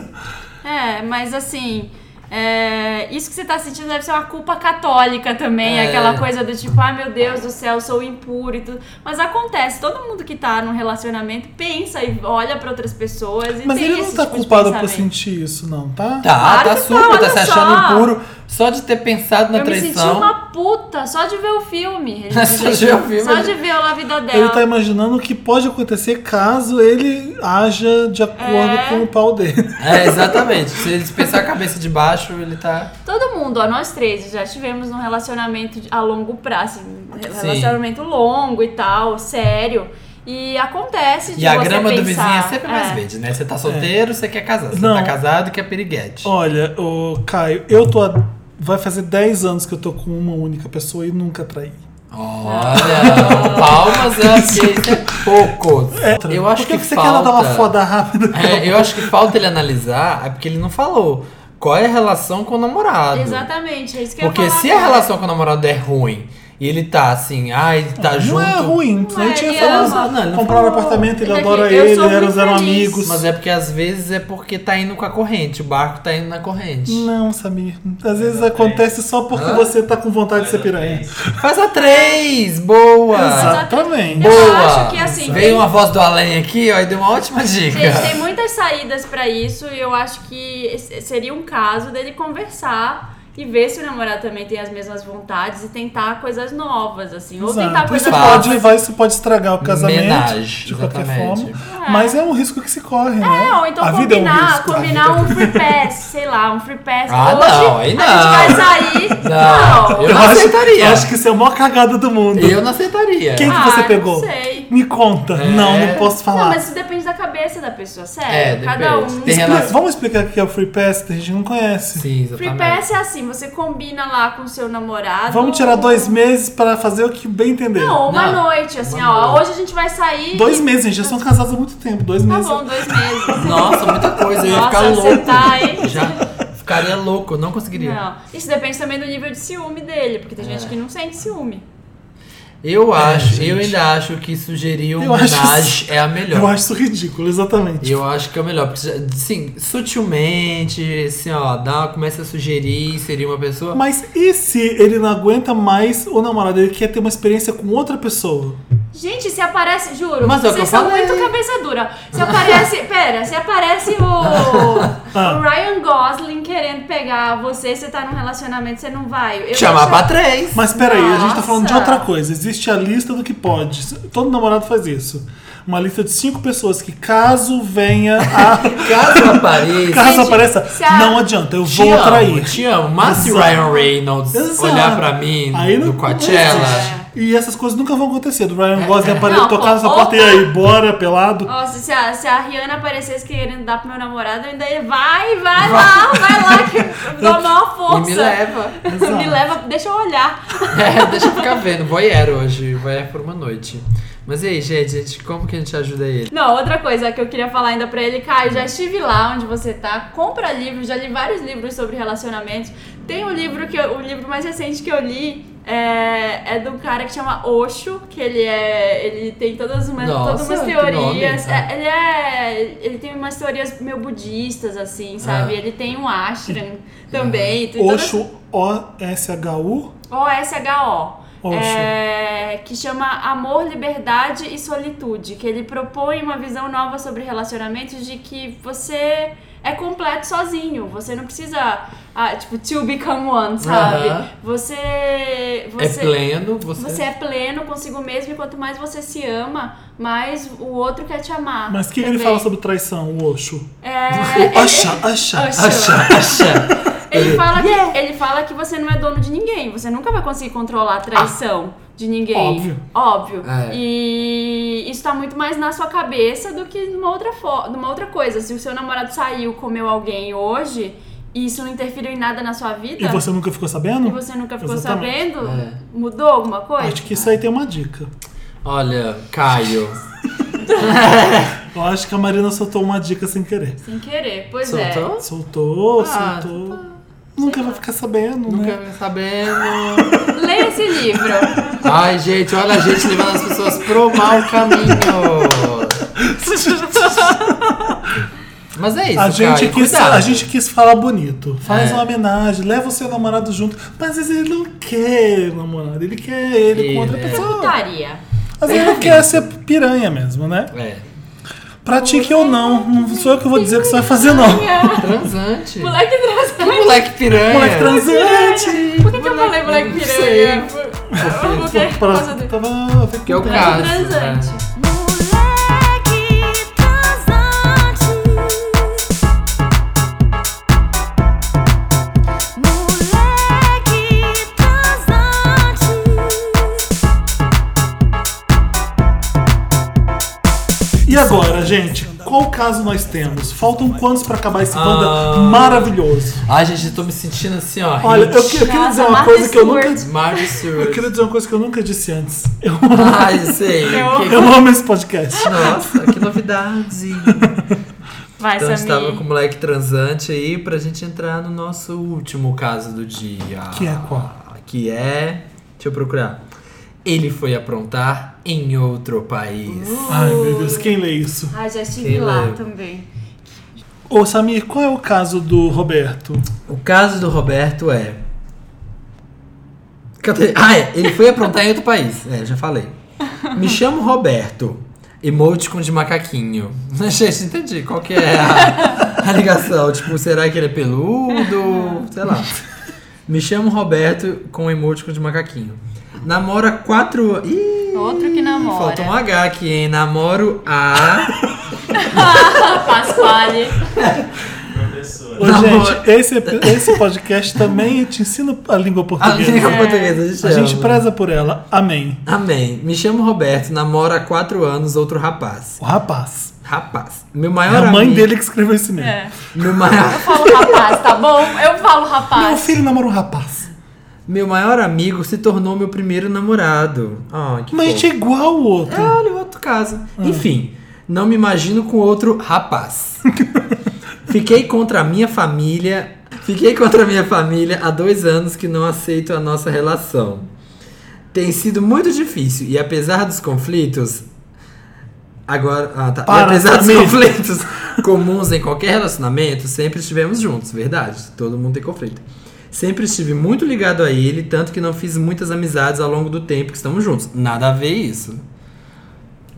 S2: É, mas assim. é, isso que você tá sentindo deve ser uma culpa católica também,
S3: É.
S2: aquela coisa do tipo, ai meu Deus do céu, sou impuro e tudo. Mas acontece, todo mundo que tá num relacionamento pensa e olha pra outras pessoas e
S1: Mas
S2: tem
S1: ele não
S2: esse
S1: tá
S2: tipo de
S1: culpado por
S2: pensamento.
S1: sentir isso, não, tá?
S3: Tá,
S2: Claro
S3: tá
S2: que
S3: super,
S2: tá,
S3: tá
S2: olha
S3: se
S2: só.
S3: achando impuro só de ter pensado na
S2: Eu me senti
S3: traição.
S2: uma puta só de ver o filme. Ele
S3: Só de ver o filme,
S2: Só
S3: ele-
S2: de ver lá a vida dela.
S3: Então-
S1: Ele tá imaginando o que pode acontecer caso ele haja de acordo
S2: É.
S1: com o pau dele.
S3: É, exatamente. Se ele pensar a cabeça de baixo, ele tá.
S2: Todo mundo, ó, nós três já tivemos um relacionamento de- a longo prazo, assim, um relacionamento longo e tal, sério. E acontece de
S3: E a
S2: você
S3: grama do
S2: pensar,
S3: vizinho é sempre mais
S2: é.
S3: verde, né? Você tá solteiro, você quer casar. Você
S1: Não.
S3: tá casado, quer piriguete.
S1: Olha, ô Caio, eu tô. há- Vai fazer 10 anos que eu tô com uma única pessoa e nunca traí.
S3: Olha, palmas é porque isso é pouco. Eu acho
S1: É. Por que,
S3: que
S1: você
S3: falta...
S1: quer dar uma foda rápida?
S3: É, eu acho que falta ele analisar, é porque ele não falou qual é a relação com o namorado.
S2: Exatamente, é isso que eu
S3: Porque
S2: ia falar
S3: se a
S2: agora.
S3: relação com o namorado é ruim e ele tá assim, ah, ele tá
S1: não
S3: junto.
S1: é ruim,
S2: Não
S1: nem
S2: é,
S1: tinha
S2: ele
S1: falado.
S2: ama.
S3: Não, ele não
S1: Compraram um
S3: falou.
S1: apartamento, ele
S2: Ele aqui,
S1: adora
S2: eu
S1: ele,
S2: sou
S1: eram,
S2: muito
S1: eram
S2: feliz.
S1: amigos.
S3: Mas é porque às vezes é porque tá indo com a corrente, o barco tá indo na corrente.
S1: Não, Samir. Às vezes acontece só porque você tá com vontade de ser piranha.
S3: Faz a três! Boa!
S1: Exato. Exatamente.
S2: Exatamente. Eu
S3: Boa!
S2: acho que assim,
S3: Veio
S2: tem-
S3: uma voz do além aqui, ó, e deu uma ótima dica.
S2: Gente, tem muitas saídas pra isso e eu acho que esse- seria um caso dele conversar e ver se o namorado também tem as mesmas vontades e tentar coisas novas, assim. Ou tentar
S1: Exato.
S2: coisas
S1: Isso
S3: nova.
S1: é, pode
S2: novas.
S1: levar, isso pode estragar o casamento
S3: Menage,
S1: de qualquer
S3: exatamente.
S1: forma. Mas é um risco que se corre, né?
S2: É, ou então
S1: a vida é um
S2: combinar,
S1: risco.
S2: combinar um free pass, sei lá, um free pass.
S3: Ah,
S2: Hoje
S3: não, aí
S2: a
S3: não.
S2: gente vai sair.
S3: Não, eu não
S1: acho,
S3: aceitaria.
S1: eu acho que isso é a maior cagada do mundo.
S3: Eu não aceitaria.
S1: Quem que
S2: Ah,
S1: você
S2: não
S1: pegou?
S2: sei.
S1: Me conta.
S3: É.
S1: Não, não posso falar.
S2: Não, mas isso depende da cabeça da pessoa,
S3: É,
S2: sério.
S3: depende.
S2: Cada um.
S3: Tem
S1: Explica-
S3: relação-
S1: Vamos explicar o que é o Free Pass, que a gente não conhece.
S3: Sim,
S2: Free
S3: exatamente.
S2: pass é assim, você combina lá com seu namorado.
S1: Vamos tirar dois meses pra fazer o que bem entender.
S2: Não, uma
S3: Não.
S2: noite, assim,
S3: Uma
S2: ó.
S3: noite.
S2: Hoje a gente vai sair.
S1: Dois
S2: e-
S1: meses, gente. Já são casados há muito tempo. Dois
S2: Tá
S1: meses.
S2: bom, dois meses. assim,
S3: Nossa, muita coisa, eu ia
S2: Nossa,
S3: ficar
S2: você
S3: louco.
S2: tá, hein?
S3: Já ficaria louco, eu não conseguiria.
S2: Não. Isso depende também do nível de ciúme dele, porque tem
S3: É.
S2: gente que não sente ciúme.
S3: Eu acho,
S1: É, gente.
S3: eu ainda acho que sugerir um
S1: Eu acho
S3: homenagem é a melhor.
S1: Eu acho isso ridículo, exatamente.
S3: Eu acho que é o melhor, porque, assim, sutilmente, assim, ó, dá, começa a sugerir, seria uma pessoa.
S1: Mas e se ele não aguenta mais o namorado? Ele quer ter uma experiência com outra pessoa.
S2: Gente, se aparece, juro,
S3: Mas é o que
S2: vocês
S3: eu
S2: são
S3: falei.
S2: muito cabeça dura. Se aparece, pera, se aparece o, o Ryan Gosling querendo pegar você, você tá num relacionamento, você não vai. Eu
S3: Chamar
S2: ia
S3: pra três.
S1: Mas peraí, a gente tá falando de
S2: Nossa.
S1: outra coisa. Existe a lista do que pode. Todo namorado faz isso. Uma lista de cinco pessoas que, caso venha a.
S3: Caso apareça.
S1: caso
S2: Gente,
S1: apareça,
S2: se a-
S1: não adianta, eu
S3: Te
S1: vou
S3: amo,
S1: trair.
S3: Te amo. Mas se
S1: Exato.
S3: Ryan Reynolds
S1: Exato.
S3: olhar pra mim
S1: Aí
S3: no
S1: não-
S3: Coachella.
S1: E essas coisas nunca vão acontecer. Do Ryan Gosling aparecer,
S2: É. Não,
S1: tocar na sua
S2: pô,
S1: porta e
S2: opa.
S1: aí, bora, pelado.
S2: Nossa, se a, se a Rihanna aparecesse querendo dar pro meu namorado, eu ainda ia, vai, vai lá, vai lá, que eu dou a maior
S3: E
S2: força.
S3: me leva.
S2: me leva, deixa eu olhar.
S3: É, deixa eu ficar vendo. Voyeur hoje. Voyeur por uma noite. Mas e aí, gente, gente, como que a gente ajuda ele?
S2: Não, outra coisa que eu queria falar ainda pra ele, Caio, já estive lá onde você tá, compra livros, já li vários livros sobre relacionamentos. Tem um livro que eu- o livro mais recente que eu li é, é do cara que chama Osho, que ele é. ele tem todas umas,
S3: Nossa,
S2: todas umas
S3: que nome.
S2: teorias.
S3: Ah.
S2: É, ele é. ele tem umas teorias meio budistas, assim, sabe?
S3: Ah. É.
S2: Ele tem um ashram também. tem todas-
S1: Oxo, O-S-H-U.
S2: O-S-H-O.
S1: Osho.
S2: é, que chama Amor, Liberdade e Solitude, que ele propõe uma visão nova sobre relacionamentos de que você é completo sozinho, você não precisa, ah, tipo, to become one, sabe?
S3: Aham.
S2: Você, você
S3: é pleno, você.
S2: você é pleno consigo mesmo e quanto mais você se ama, mais o outro quer te amar.
S1: Mas o que, que ele
S2: também.
S1: fala sobre traição, o Oxo?
S2: É,
S1: Acha, acha.
S2: Osho.
S3: Acha, acha.
S2: Ele fala, que, ele fala que você não é dono de ninguém, você nunca vai conseguir controlar a traição de ninguém.
S1: Óbvio.
S2: Óbvio.
S3: É.
S2: E isso tá muito mais na sua cabeça do que numa outra, fo- numa outra coisa. Se o seu namorado saiu, comeu alguém hoje, e isso não interferiu em nada na sua vida,
S1: E você nunca ficou sabendo?
S2: e você nunca ficou
S1: Exatamente.
S2: sabendo,
S3: É.
S2: mudou alguma coisa?
S1: Acho que isso aí tem uma dica.
S3: Olha, Caio.
S1: Eu acho que a Marina soltou uma dica sem querer.
S2: Sem querer, pois é.
S3: Soltou?
S1: Soltou,
S3: Ah,
S1: soltou. Nunca vai ficar sabendo,
S3: Nunca
S1: né?
S3: vai sabendo.
S2: Leia esse livro.
S3: Ai, gente, olha a gente levando as pessoas pro mau caminho. Mas é isso,
S1: A gente,
S3: Caio,
S1: quis,
S3: cuidado.
S1: a gente quis falar bonito. Faz
S3: É.
S1: uma homenagem, leva o seu namorado junto. Mas às vezes ele não quer namorado, ele quer ele
S3: Ele
S1: com outra
S3: é.
S1: pessoa.
S2: Putaria.
S1: Às vezes ele quer ser piranha mesmo, né?
S3: É.
S1: Pratique ou não, não sou eu que vou dizer o que você vai fazer, não.
S2: Piranha.
S3: Transante.
S2: Moleque transante.
S3: Moleque piranha.
S1: Moleque transante!
S2: Por que, que eu falei moleque
S3: não
S2: piranha?
S3: sei.
S2: Por- Por
S3: É.
S2: quê? Por causa do-
S1: Tava a ver com
S3: Que é o
S1: tempo.
S3: caso.
S2: Transante.
S3: né?
S5: Moleque transante, moleque transante.
S1: E agora, gente, qual caso nós temos? Faltam quantos pra acabar esse banda
S3: Ah.
S1: maravilhoso?
S3: Ai, gente, eu tô me sentindo assim, ó.
S1: Olha, eu, que- eu
S3: hit.
S1: queria dizer
S2: Nossa,
S1: uma
S2: Martha
S1: coisa que eu nunca.
S2: Stewart.
S3: Marge
S1: Eu
S3: Stewart.
S1: queria dizer uma coisa que eu nunca disse antes. Eu,
S3: Ai, sei.
S2: Eu-
S3: Que-
S1: eu amo esse podcast.
S3: Nossa, que novidade.
S2: Vai,
S3: Então a gente tava
S2: Samir.
S3: com o moleque transante aí pra gente entrar no nosso último caso do dia.
S1: Que é qual?
S3: Que é. Deixa eu procurar. Ele foi aprontar em outro país.
S1: Ai, meu Deus, quem lê isso?
S2: Ah, já estive
S3: Quem
S2: lá
S3: lembra?
S2: também.
S1: Ô, Samir, qual é o caso do Roberto?
S3: O caso do Roberto é. Cadê? Ah, é. Ele foi aprontar em outro país. É, já falei. Me chamo Roberto. Emoticon de macaquinho. Gente, entendi. Qual que é a, a ligação? Tipo, será que ele é peludo? Sei lá. Me chamo Roberto com emoticon de macaquinho. Namoro há quatro... Ih,
S2: Outro que namora.
S3: faltou um H aqui, hein? Namoro há...
S2: Pasquale.
S1: Ô,
S3: Não,
S1: gente, esse, esse podcast também te ensina a língua
S3: A língua
S1: portuguesa.
S3: portuguesa, a gente
S1: A gente
S3: ama.
S1: preza por ela. Amém.
S3: Amém. Me chamo Roberto, namoro há quatro anos outro rapaz.
S1: O rapaz.
S3: Rapaz. Meu
S1: É
S3: maior
S1: a mãe
S3: amigo-
S1: dele que escreveu esse e-mail.
S2: É.
S3: Meu maior,
S2: Falo rapaz, tá bom? Eu falo
S1: Meu
S2: rapaz.
S1: filho namora um rapaz.
S3: meu maior amigo se tornou meu primeiro namorado. Ai, que
S1: Mas
S3: fofo.
S1: é igual o outro.
S3: É, olha, outro caso. Enfim, não me imagino com outro rapaz. Fiquei contra a minha família. Fiquei contra a minha família há dois anos que não aceito a nossa relação. Tem sido muito difícil e apesar dos conflitos. Agora. Ah, tá. e
S1: Para,
S3: apesar dos
S1: Samir.
S3: conflitos comuns em qualquer relacionamento, sempre estivemos juntos, verdade. Todo mundo tem conflito. Sempre estive muito ligado a ele, tanto que não fiz muitas amizades ao longo do tempo que estamos juntos. Nada a ver isso.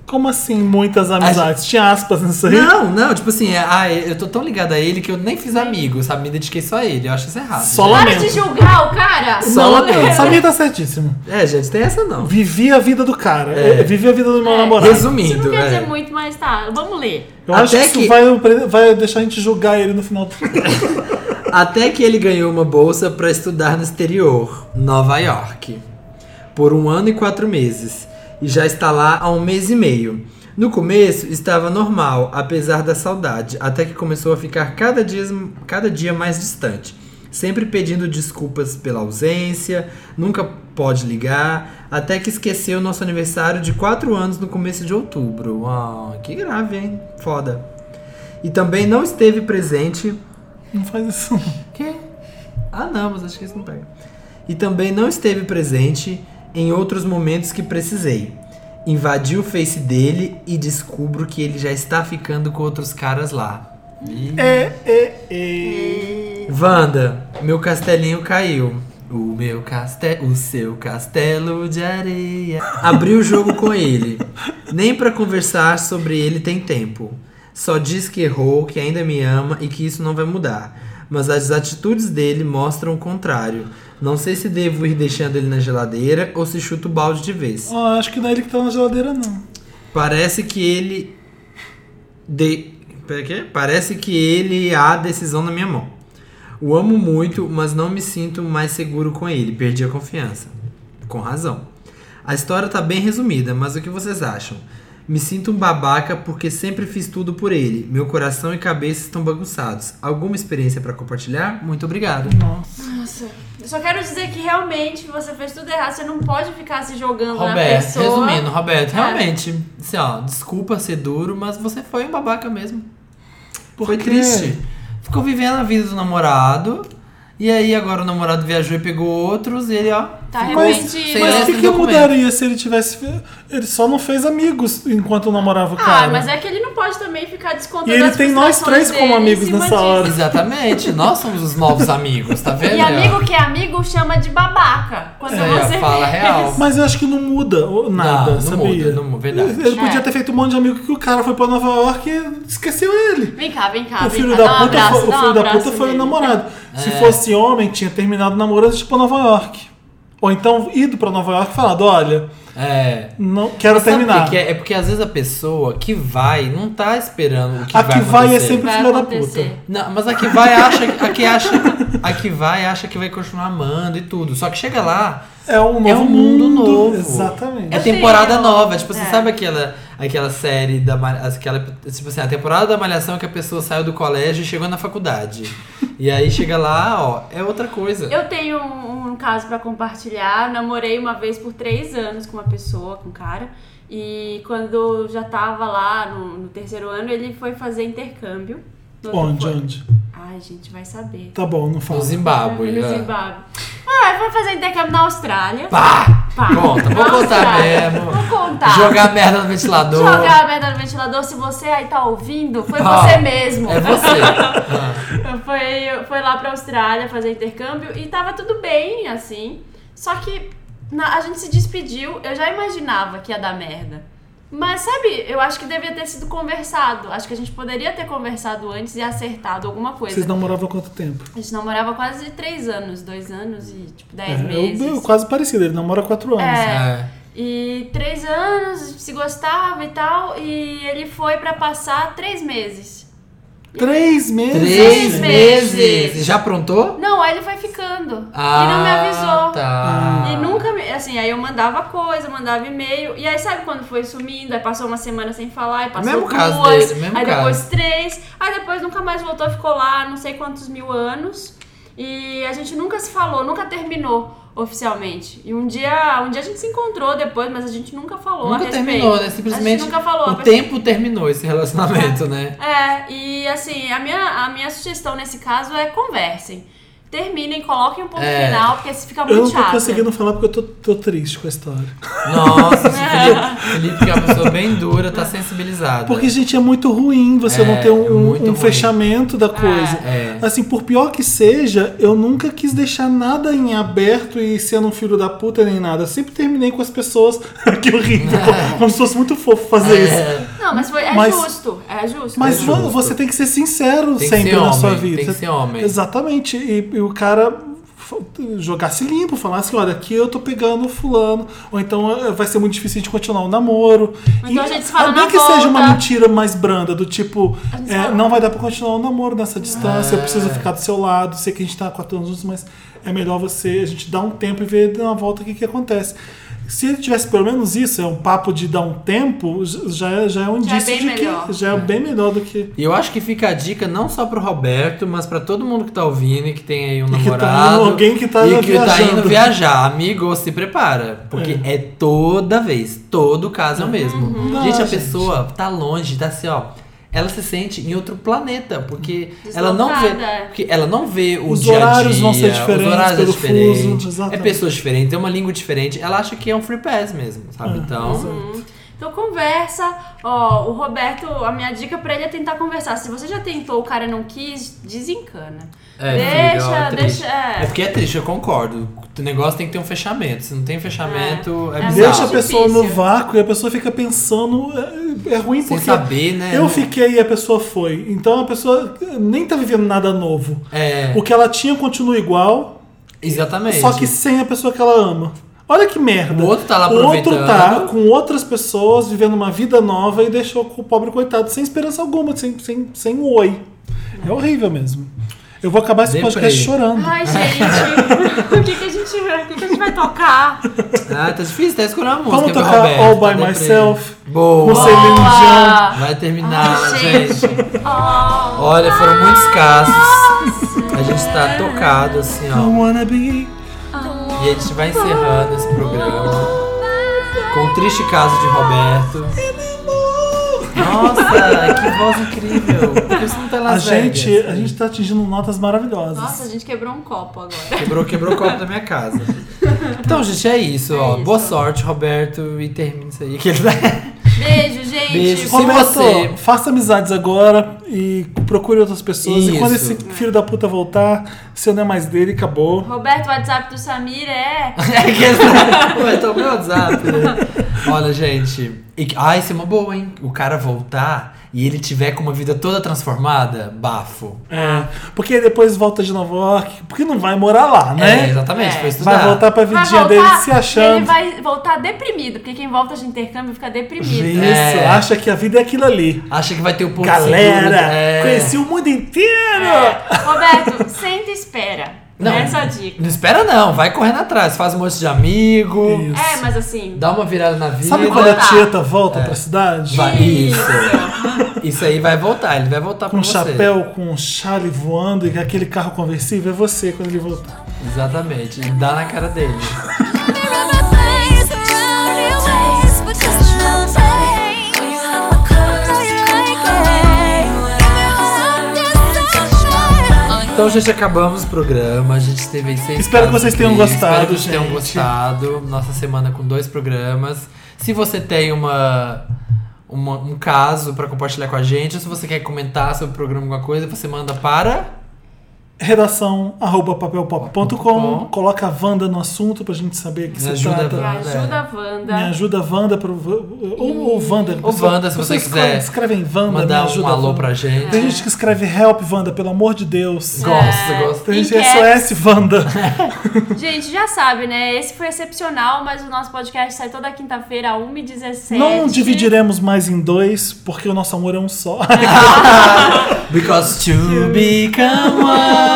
S1: Como assim muitas amizades? Tinha aspas nisso aí?
S3: Não, não, tipo assim, é, ah, eu tô tão ligada a ele que eu nem fiz amigo, sabe? Me dediquei só a ele, eu acho isso errado.
S1: Só
S3: gente.
S2: Para
S1: lamento.
S2: de julgar o cara.
S3: Só
S1: Não,
S3: lamento.
S1: Samir tá certíssimo.
S3: É, gente, tem essa não.
S1: Vivi a vida do cara.
S3: É.
S1: É. Vivi a vida do meu
S2: É.
S1: namorado.
S2: Isso não
S3: Resumindo,
S2: quer
S3: é.
S2: dizer muito, mas tá. Vamos ler.
S1: Eu acho
S3: Até
S1: que isso
S3: que-
S1: vai, vai deixar a gente julgar ele no final do
S3: até que ele ganhou uma bolsa pra estudar no exterior, Nova York, por um ano e quatro meses, e já está lá há um mês e meio. No começo estava normal, apesar da saudade, até que começou a ficar cada dia, cada dia mais distante, sempre pedindo desculpas pela ausência, nunca pode ligar, até que esqueceu nosso aniversário de quatro anos no começo de outubro. Ah, que grave, hein? Foda. E também não esteve presente
S1: Não faz isso. não.
S3: que? Ah, não, mas acho que isso não pega. E também não esteve presente em outros momentos que precisei. Invadi o face dele e descubro que ele já está ficando com outros caras lá.
S1: É, é, é.
S3: Wanda, meu castelinho caiu. O meu castelo, o seu castelo de areia. Abri o jogo com ele. Nem pra conversar sobre ele tem tempo. Só diz que errou, que ainda me ama e que isso não vai mudar. Mas as atitudes dele mostram o contrário. Não sei se devo ir deixando ele na geladeira ou se chuto o balde de vez.
S1: Ó, acho que não é ele que tá na geladeira, não.
S3: Parece que ele. De... Pera quê? Parece que ele há a decisão na minha mão. O amo muito, mas não me sinto mais seguro com ele. Perdi a confiança. Com razão. A história tá bem resumida, mas o que vocês acham? Me sinto um babaca porque sempre fiz tudo por ele. Meu coração e cabeça estão bagunçados. Alguma experiência pra compartilhar? Muito obrigado.
S2: Nossa. Eu só quero dizer que realmente você fez tudo errado. Você não pode ficar se jogando na
S3: Roberto,
S2: pessoa.
S3: resumindo, Roberto,
S2: É.
S3: realmente, assim, ó, desculpa ser duro, mas você foi um babaca mesmo.
S1: Por
S3: foi
S1: quê?
S3: triste. Ficou vivendo a vida do namorado, e aí agora o namorado viajou e pegou outros, e ele, ó,
S2: Tá
S1: É, Mas,
S2: arrependido.
S3: Sem
S1: mas o que,
S3: esse
S1: que
S3: documento.
S1: mudaria se ele tivesse. fe- Ele só não fez amigos enquanto namorava o cara.
S2: Ah, mas é que ele não pode também ficar descontando
S1: E ele
S2: as
S1: tem nós
S2: frustrações
S1: três como
S2: dele em
S1: amigos
S2: cima
S1: nessa
S2: disso.
S1: hora.
S3: Exatamente, nós somos os novos amigos, tá vendo?
S2: E amigo que é amigo chama de babaca. Quando
S3: É,
S2: você
S3: fala
S2: vê.
S3: real.
S1: Mas eu acho que não muda o- nada,
S3: Não, não
S1: sabia?
S3: muda, não muda, verdade.
S1: Ele podia
S2: É.
S1: ter feito um monte de amigo que o cara foi pra Nova York e esqueceu ele.
S2: Vem cá, vem cá.
S1: O
S2: vem
S1: filho da
S2: cá. dá um
S1: puta,
S2: abraço,
S1: foi, o
S2: dá um
S1: filho da
S2: abraço
S1: puta foi o
S2: nele.
S1: namorado.
S3: É.
S1: Se fosse homem, tinha terminado o namoro antes de ir pra Nova York. Ou então ido pra Nova York e falado: olha,
S3: É.
S1: não quero
S3: Mas sabe por
S1: terminar.
S3: que que é? É porque às vezes a pessoa que vai não tá esperando o que
S1: a
S3: vai
S1: que vai é
S3: acontecer.
S1: sempre
S2: Vai
S1: filha da
S2: acontecer.
S1: puta.
S3: Não, mas a que vai acha, a que acha, a que vai acha que vai continuar amando e tudo. Só que chega lá,
S1: É um novo
S3: é um mundo, novo.
S1: Exatamente.
S3: É
S2: Eu sei,
S3: temporada
S2: eu-
S3: nova. Tipo, você
S2: é.
S3: sabe aquela, aquela série da Malha- aquela Tipo assim, a temporada da malhação que a pessoa saiu do colégio e chegou na faculdade. e aí chega lá, ó, é outra coisa.
S2: Eu tenho um, um caso pra compartilhar. Namorei uma vez por três anos com uma pessoa, com um cara. E quando eu já tava lá no, no terceiro ano, ele foi fazer intercâmbio.
S3: É um
S2: No outro
S1: Onde,
S2: fo-
S1: onde?
S2: Ai, gente, vai saber.
S1: Tá bom, não
S3: No
S1: fala.
S3: Zimbábue. é.
S2: no
S3: ó.
S2: Zimbábue. Ah, foi fazer intercâmbio na Austrália.
S3: Pá!
S2: Pá.
S3: Conta, vou
S2: Na
S3: contar
S2: Austrália.
S3: mesmo.
S2: Vou contar.
S3: Jogar merda no ventilador.
S2: Tá. Jogar a merda no ventilador, se você aí tá ouvindo, foi
S3: Ah,
S2: você mesmo.
S3: É você. Ah.
S2: foi, foi lá pra Austrália fazer intercâmbio e tava tudo bem, assim. Só que na- a gente se despediu, eu já imaginava que ia dar merda. Mas sabe, eu acho que devia ter sido conversado. Acho que a gente poderia ter conversado antes e acertado alguma coisa.
S1: Vocês namoravam há quanto tempo?
S2: A gente namorava quase três anos, dois anos e tipo
S1: É,
S2: dez meses.
S1: eu, eu quase parecido, ele namora há quatro anos.
S2: É.
S3: É.
S2: E três anos, se gostava e tal, e ele foi pra passar três meses.
S1: Três meses?
S3: Três
S2: Seis
S3: meses.
S2: meses.
S3: E já aprontou?
S2: Não, aí ele foi ficando.
S3: Ah,
S2: e não me avisou.
S3: Tá.
S2: E nunca me. Assim, aí eu mandava coisa, mandava e-mail. E aí, sabe quando foi sumindo? Aí passou uma semana sem falar, aí passou
S3: Mesmo
S2: duas.
S3: caso dele, mesmo
S2: aí
S3: caso.
S2: depois três. Aí depois nunca mais voltou, ficou lá não sei quantos mil anos. E a gente nunca se falou, nunca terminou oficialmente. E um dia, um dia a gente se encontrou depois, mas a gente nunca falou a
S3: Nunca
S2: respeito.
S3: terminou, né?
S2: A
S3: Simplesmente
S2: gente nunca falou a
S3: o
S2: respeito.
S3: tempo terminou esse relacionamento, né?
S2: É, e assim, a minha, a minha sugestão nesse caso é conversem. Terminem, coloquem um ponto
S3: É.
S2: final, porque se fica
S1: Eu
S2: muito
S1: não tô
S2: chato.
S1: conseguindo falar porque eu tô, tô triste com a história.
S3: Nossa, Felipe, Felipe que é uma pessoa bem dura, tá sensibilizada.
S1: Porque, gente, é muito ruim você
S3: É,
S1: não ter
S3: é
S1: um,
S3: muito
S1: um
S3: ruim.
S1: fechamento da coisa.
S3: É.
S1: Assim, por pior que seja, eu nunca quis deixar nada em aberto e sendo um filho da puta nem nada. Eu sempre terminei com as pessoas. que horrível. Como se fosse muito fofo fazer isso.
S3: é,
S2: Não, mas foi, é
S1: Mas-
S2: justo, é justo.
S1: Mas
S2: justo.
S1: vo- você tem que ser sincero
S3: Tem que
S1: sempre
S3: ser
S1: na
S3: homem,
S1: sua vida.
S3: tem que ser homem.
S1: Exatamente. E, e o cara f- jogasse limpo, falasse, olha, aqui eu tô pegando o fulano, ou então eh, vai ser muito difícil de continuar o namoro.
S2: Ou então
S1: E
S2: a gente se fala
S1: ainda
S2: na
S1: que seja uma
S2: volta.
S1: mentira mais branda, do tipo,
S2: gente
S1: eh,
S2: fala-
S1: não vai dar pra continuar o namoro nessa distância, eu
S3: É.
S1: preciso ficar do seu lado, sei que a gente tá há quatro anos juntos, mas é melhor você, a gente dar um tempo e ver dar uma volta o que, que acontece. Se ele tivesse pelo menos isso, é um papo de dar um tempo, j- já, é- já é um
S2: Já é
S1: indício
S2: bem
S1: de que
S2: melhor.
S1: já é bem melhor do que.
S3: E eu acho que fica a dica não só pro Roberto, mas pra todo mundo que tá ouvindo e que tem aí um
S1: que tá
S3: namorado.
S1: indo- alguém que tá
S3: e
S1: indo
S3: que tá
S1: viajando.
S3: indo viajar. Amigo, se prepara. Porque é, toda vez. Todo caso é o mesmo.
S1: Uhum. Não,
S3: Gente, a
S1: gente.
S3: pessoa tá longe, tá assim, ó. Ela se sente em outro planeta, porque ela não vê,
S2: Deslocada, é.
S3: porque ela não vê o
S1: Os
S3: dia a
S1: horários
S3: dia,
S1: vão ser diferentes
S3: os horários é
S1: pelo
S3: diferente,
S1: fuso,
S3: é
S1: exatamente.
S3: pessoas diferentes, é uma língua diferente. Ela acha que é um free pass mesmo, sabe?
S1: É,
S3: então,
S2: Então conversa, ó, o Roberto, a minha dica pra ele é tentar conversar. Se você já tentou, o cara não quis, desencana.
S3: É,
S2: deixa,
S3: filho, ó, é triste.
S2: deixa, é.
S3: É porque é triste, eu concordo. O negócio tem que ter um fechamento. Se não tem fechamento, é,
S2: É.
S3: bizarro.
S1: Deixa a
S2: muito
S1: pessoa no
S2: difícil.
S1: vácuo e a pessoa fica pensando. É, é ruim
S3: Sem
S1: porque.
S3: saber, né?
S1: Eu
S3: Não-
S1: fiquei e a pessoa foi. Então a pessoa nem tá vivendo nada novo.
S3: É,
S1: O que ela tinha continua igual,
S3: exatamente.
S1: só que sem a pessoa que ela ama. Olha que merda.
S3: O É outro tá lá
S1: O outro tá
S3: aproveitando.
S1: com outras pessoas, vivendo uma vida nova e deixou o pobre coitado sem esperança alguma, sem, sem, sem um oi. É horrível mesmo. Eu vou acabar esse
S3: Deprê.
S1: podcast chorando.
S2: Ai, gente, o que, que a gente vai, o que, que a gente vai tocar?
S3: Ah, tá difícil, tá escolhendo uma música.
S1: Vamos
S3: viu,
S1: tocar
S3: Roberto?
S1: All By
S3: Tá deprê.
S1: Myself,
S3: Boa.
S1: Com Celine Dion.
S2: Ah,
S3: Vai terminar,
S2: gente.
S3: gente.
S2: ó.
S3: Olha, foram muitos casos. A gente tá tocado, assim,
S1: I
S3: ó.
S1: wanna be.
S3: E a gente vai encerrando um esse programa com o triste caso de Roberto. Nossa, que voz incrível. Por que você não tá em
S1: A
S3: Las Vegas?
S1: gente, a gente tá atingindo notas maravilhosas.
S2: Nossa, a gente quebrou um copo agora.
S3: Quebrou, quebrou o copo da minha casa. Então, gente, é isso.
S2: É
S3: ó. Boa
S2: isso.
S3: sorte, Roberto. E termina isso aí. Que ele tá...
S2: Beijo, gente.
S3: Beijo. Se
S1: Roberto,
S3: você-
S1: faça amizades agora e procure outras pessoas. E quando
S3: Isso.
S1: esse filho da puta voltar, você não é mais dele, acabou.
S2: Roberto, o WhatsApp do Samir é.
S3: É que ele tá- Ué, tô meu WhatsApp. né? Olha, gente. E... Ah, isso é uma boa, hein? O cara voltar e ele tiver com uma vida toda transformada, bafo.
S1: É, porque aí depois volta de Nova York, porque não vai morar lá,
S3: É,
S1: né?
S3: exatamente.
S2: É.
S3: Foi estudar.
S1: vai voltar pra vidinha dele se
S2: Ele
S1: achando.
S2: vai voltar deprimido, porque quem volta de intercâmbio fica
S1: Isso,
S2: deprimido.
S3: É.
S1: acha que a vida é aquilo ali.
S3: Acha que vai ter o ponto seguro.
S1: Galera,
S3: É.
S1: conheci o mundo inteiro!
S2: É, Roberto, senta e espera.
S3: Ah. Não.
S2: Essa é a dica.
S3: Não espera não, vai correndo atrás, faz um monte de amigo,
S1: Isso.
S2: É, mas assim.
S3: dá uma virada na vida.
S1: Sabe quando a
S2: voltar.
S1: Tieta volta pra cidade?
S3: É. Vai. Isso.
S2: Isso.
S3: Isso aí vai voltar, ele vai voltar
S1: Com
S3: pra
S1: um
S3: você.
S1: chapéu, com um chale voando e aquele carro conversível, é você quando ele voltar.
S3: Exatamente, e dá na cara dele. Então, gente, acabamos o programa, a gente teve aí seis
S1: Espero que
S3: casos
S1: vocês tenham
S3: incríveis.
S1: gostado,
S3: Espero que vocês tenham
S1: gente.
S3: gostado. Nossa semana com dois programas. Se você tem uma... uma- um caso pra compartilhar com a gente, ou se você quer comentar sobre o programa alguma coisa, você manda para
S1: Redação arroba papelpop.com.
S3: Com.
S1: Coloca a Wanda no assunto pra gente saber que
S3: Me
S1: se
S3: ajuda,
S2: Me
S1: trata.
S3: Wanda.
S2: ajuda a Wanda.
S1: Me ajuda a Wanda pro, ou, ou Wanda.
S3: Ou
S1: pessoa-
S3: Wanda, se você
S1: pessoas que
S3: quiser
S1: Escrevem Wanda,
S3: mandar
S1: me ajuda
S3: um alô
S1: Wanda.
S3: pra gente. É.
S1: Tem gente que escreve help, Wanda, pelo amor de Deus.
S3: Gosto, gosto.
S1: Tem gente
S2: Em caps.
S1: SOS, Wanda.
S2: É, Gente, já sabe, né? Esse foi excepcional, mas o nosso podcast sai toda quinta-feira, 1h17.
S1: Não dividiremos mais em dois, porque o nosso amor é um só.
S3: Because to become one.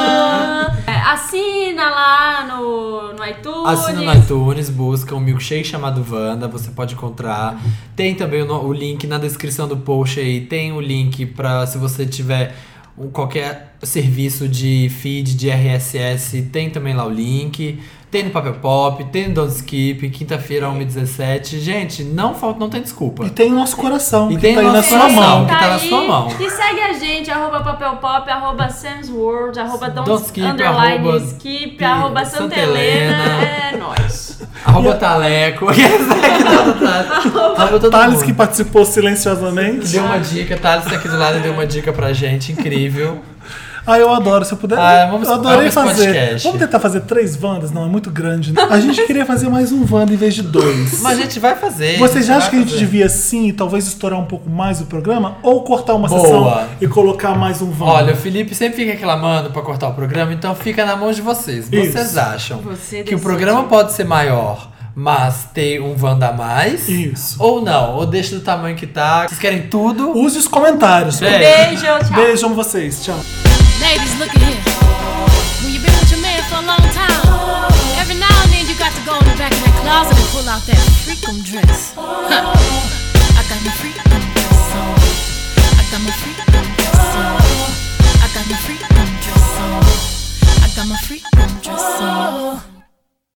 S2: É, Assina lá no, no iTunes.
S3: Assina no iTunes, busca um milkshake chamado Wanda, você pode encontrar. Tem também o, no- o link na descrição do post aí, tem o link pra se você tiver um- qualquer serviço de feed, de RSS, tem também lá o link. Tem no Papel Pop, tem no Don't Skip, quinta-feira, 1h17. Gente, não falta, não tem desculpa.
S1: E tem o nosso coração,
S3: E
S1: que
S3: tem
S1: tá aí
S3: o
S1: na
S3: nosso
S1: sua
S3: coração.
S1: mão.
S3: que tá na sua mão.
S2: E segue a gente, arroba papelpop, arroba Sam's World, arroba don't,
S3: Don't skip,
S2: underline
S3: arroba
S2: skip, arroba Santa
S3: Santa
S2: Helena.
S3: Helena.
S2: É nóis.
S3: Arroba Taleco. Arroba todo
S1: Thales
S3: mundo.
S1: que participou silenciosamente.
S3: Deu uma dica, Thales tá aqui do lado e deu uma dica pra gente, incrível.
S1: Ah, eu adoro. Se eu puder.
S3: Ah, vamos-
S1: eu adorei
S3: vamos
S1: fazer.
S3: podcast.
S1: Vamos tentar fazer três Wandas? Não, é muito grande. né? A gente queria fazer mais um Wanda em vez de dois.
S3: Mas a gente vai fazer.
S1: Vocês
S3: vai
S1: acham que a gente
S3: fazer.
S1: devia sim, talvez estourar um pouco mais o programa? Ou cortar uma
S3: Boa.
S1: sessão e colocar mais um Wanda?
S3: Olha, o Felipe sempre fica reclamando pra cortar o programa, então fica na mão de vocês. Vocês
S1: Isso.
S3: acham
S2: Você
S3: que o
S2: decide.
S3: programa pode ser maior, mas ter um Wanda a mais?
S1: Isso.
S3: Ou não? Ou deixa do tamanho que tá? Vocês querem tudo?
S1: Use os comentários.
S3: É.
S2: Beijo, tchau.
S1: Beijo amo vocês. Tchau.
S6: Ladies, look at here. When you've been with your man for a long time, every now and then you got to go in the back of that closet and pull out that freakum dress. Huh. I got my freakum dress on. I got my freakum dress on. I got my freakum dress on. I got my freakum dress on.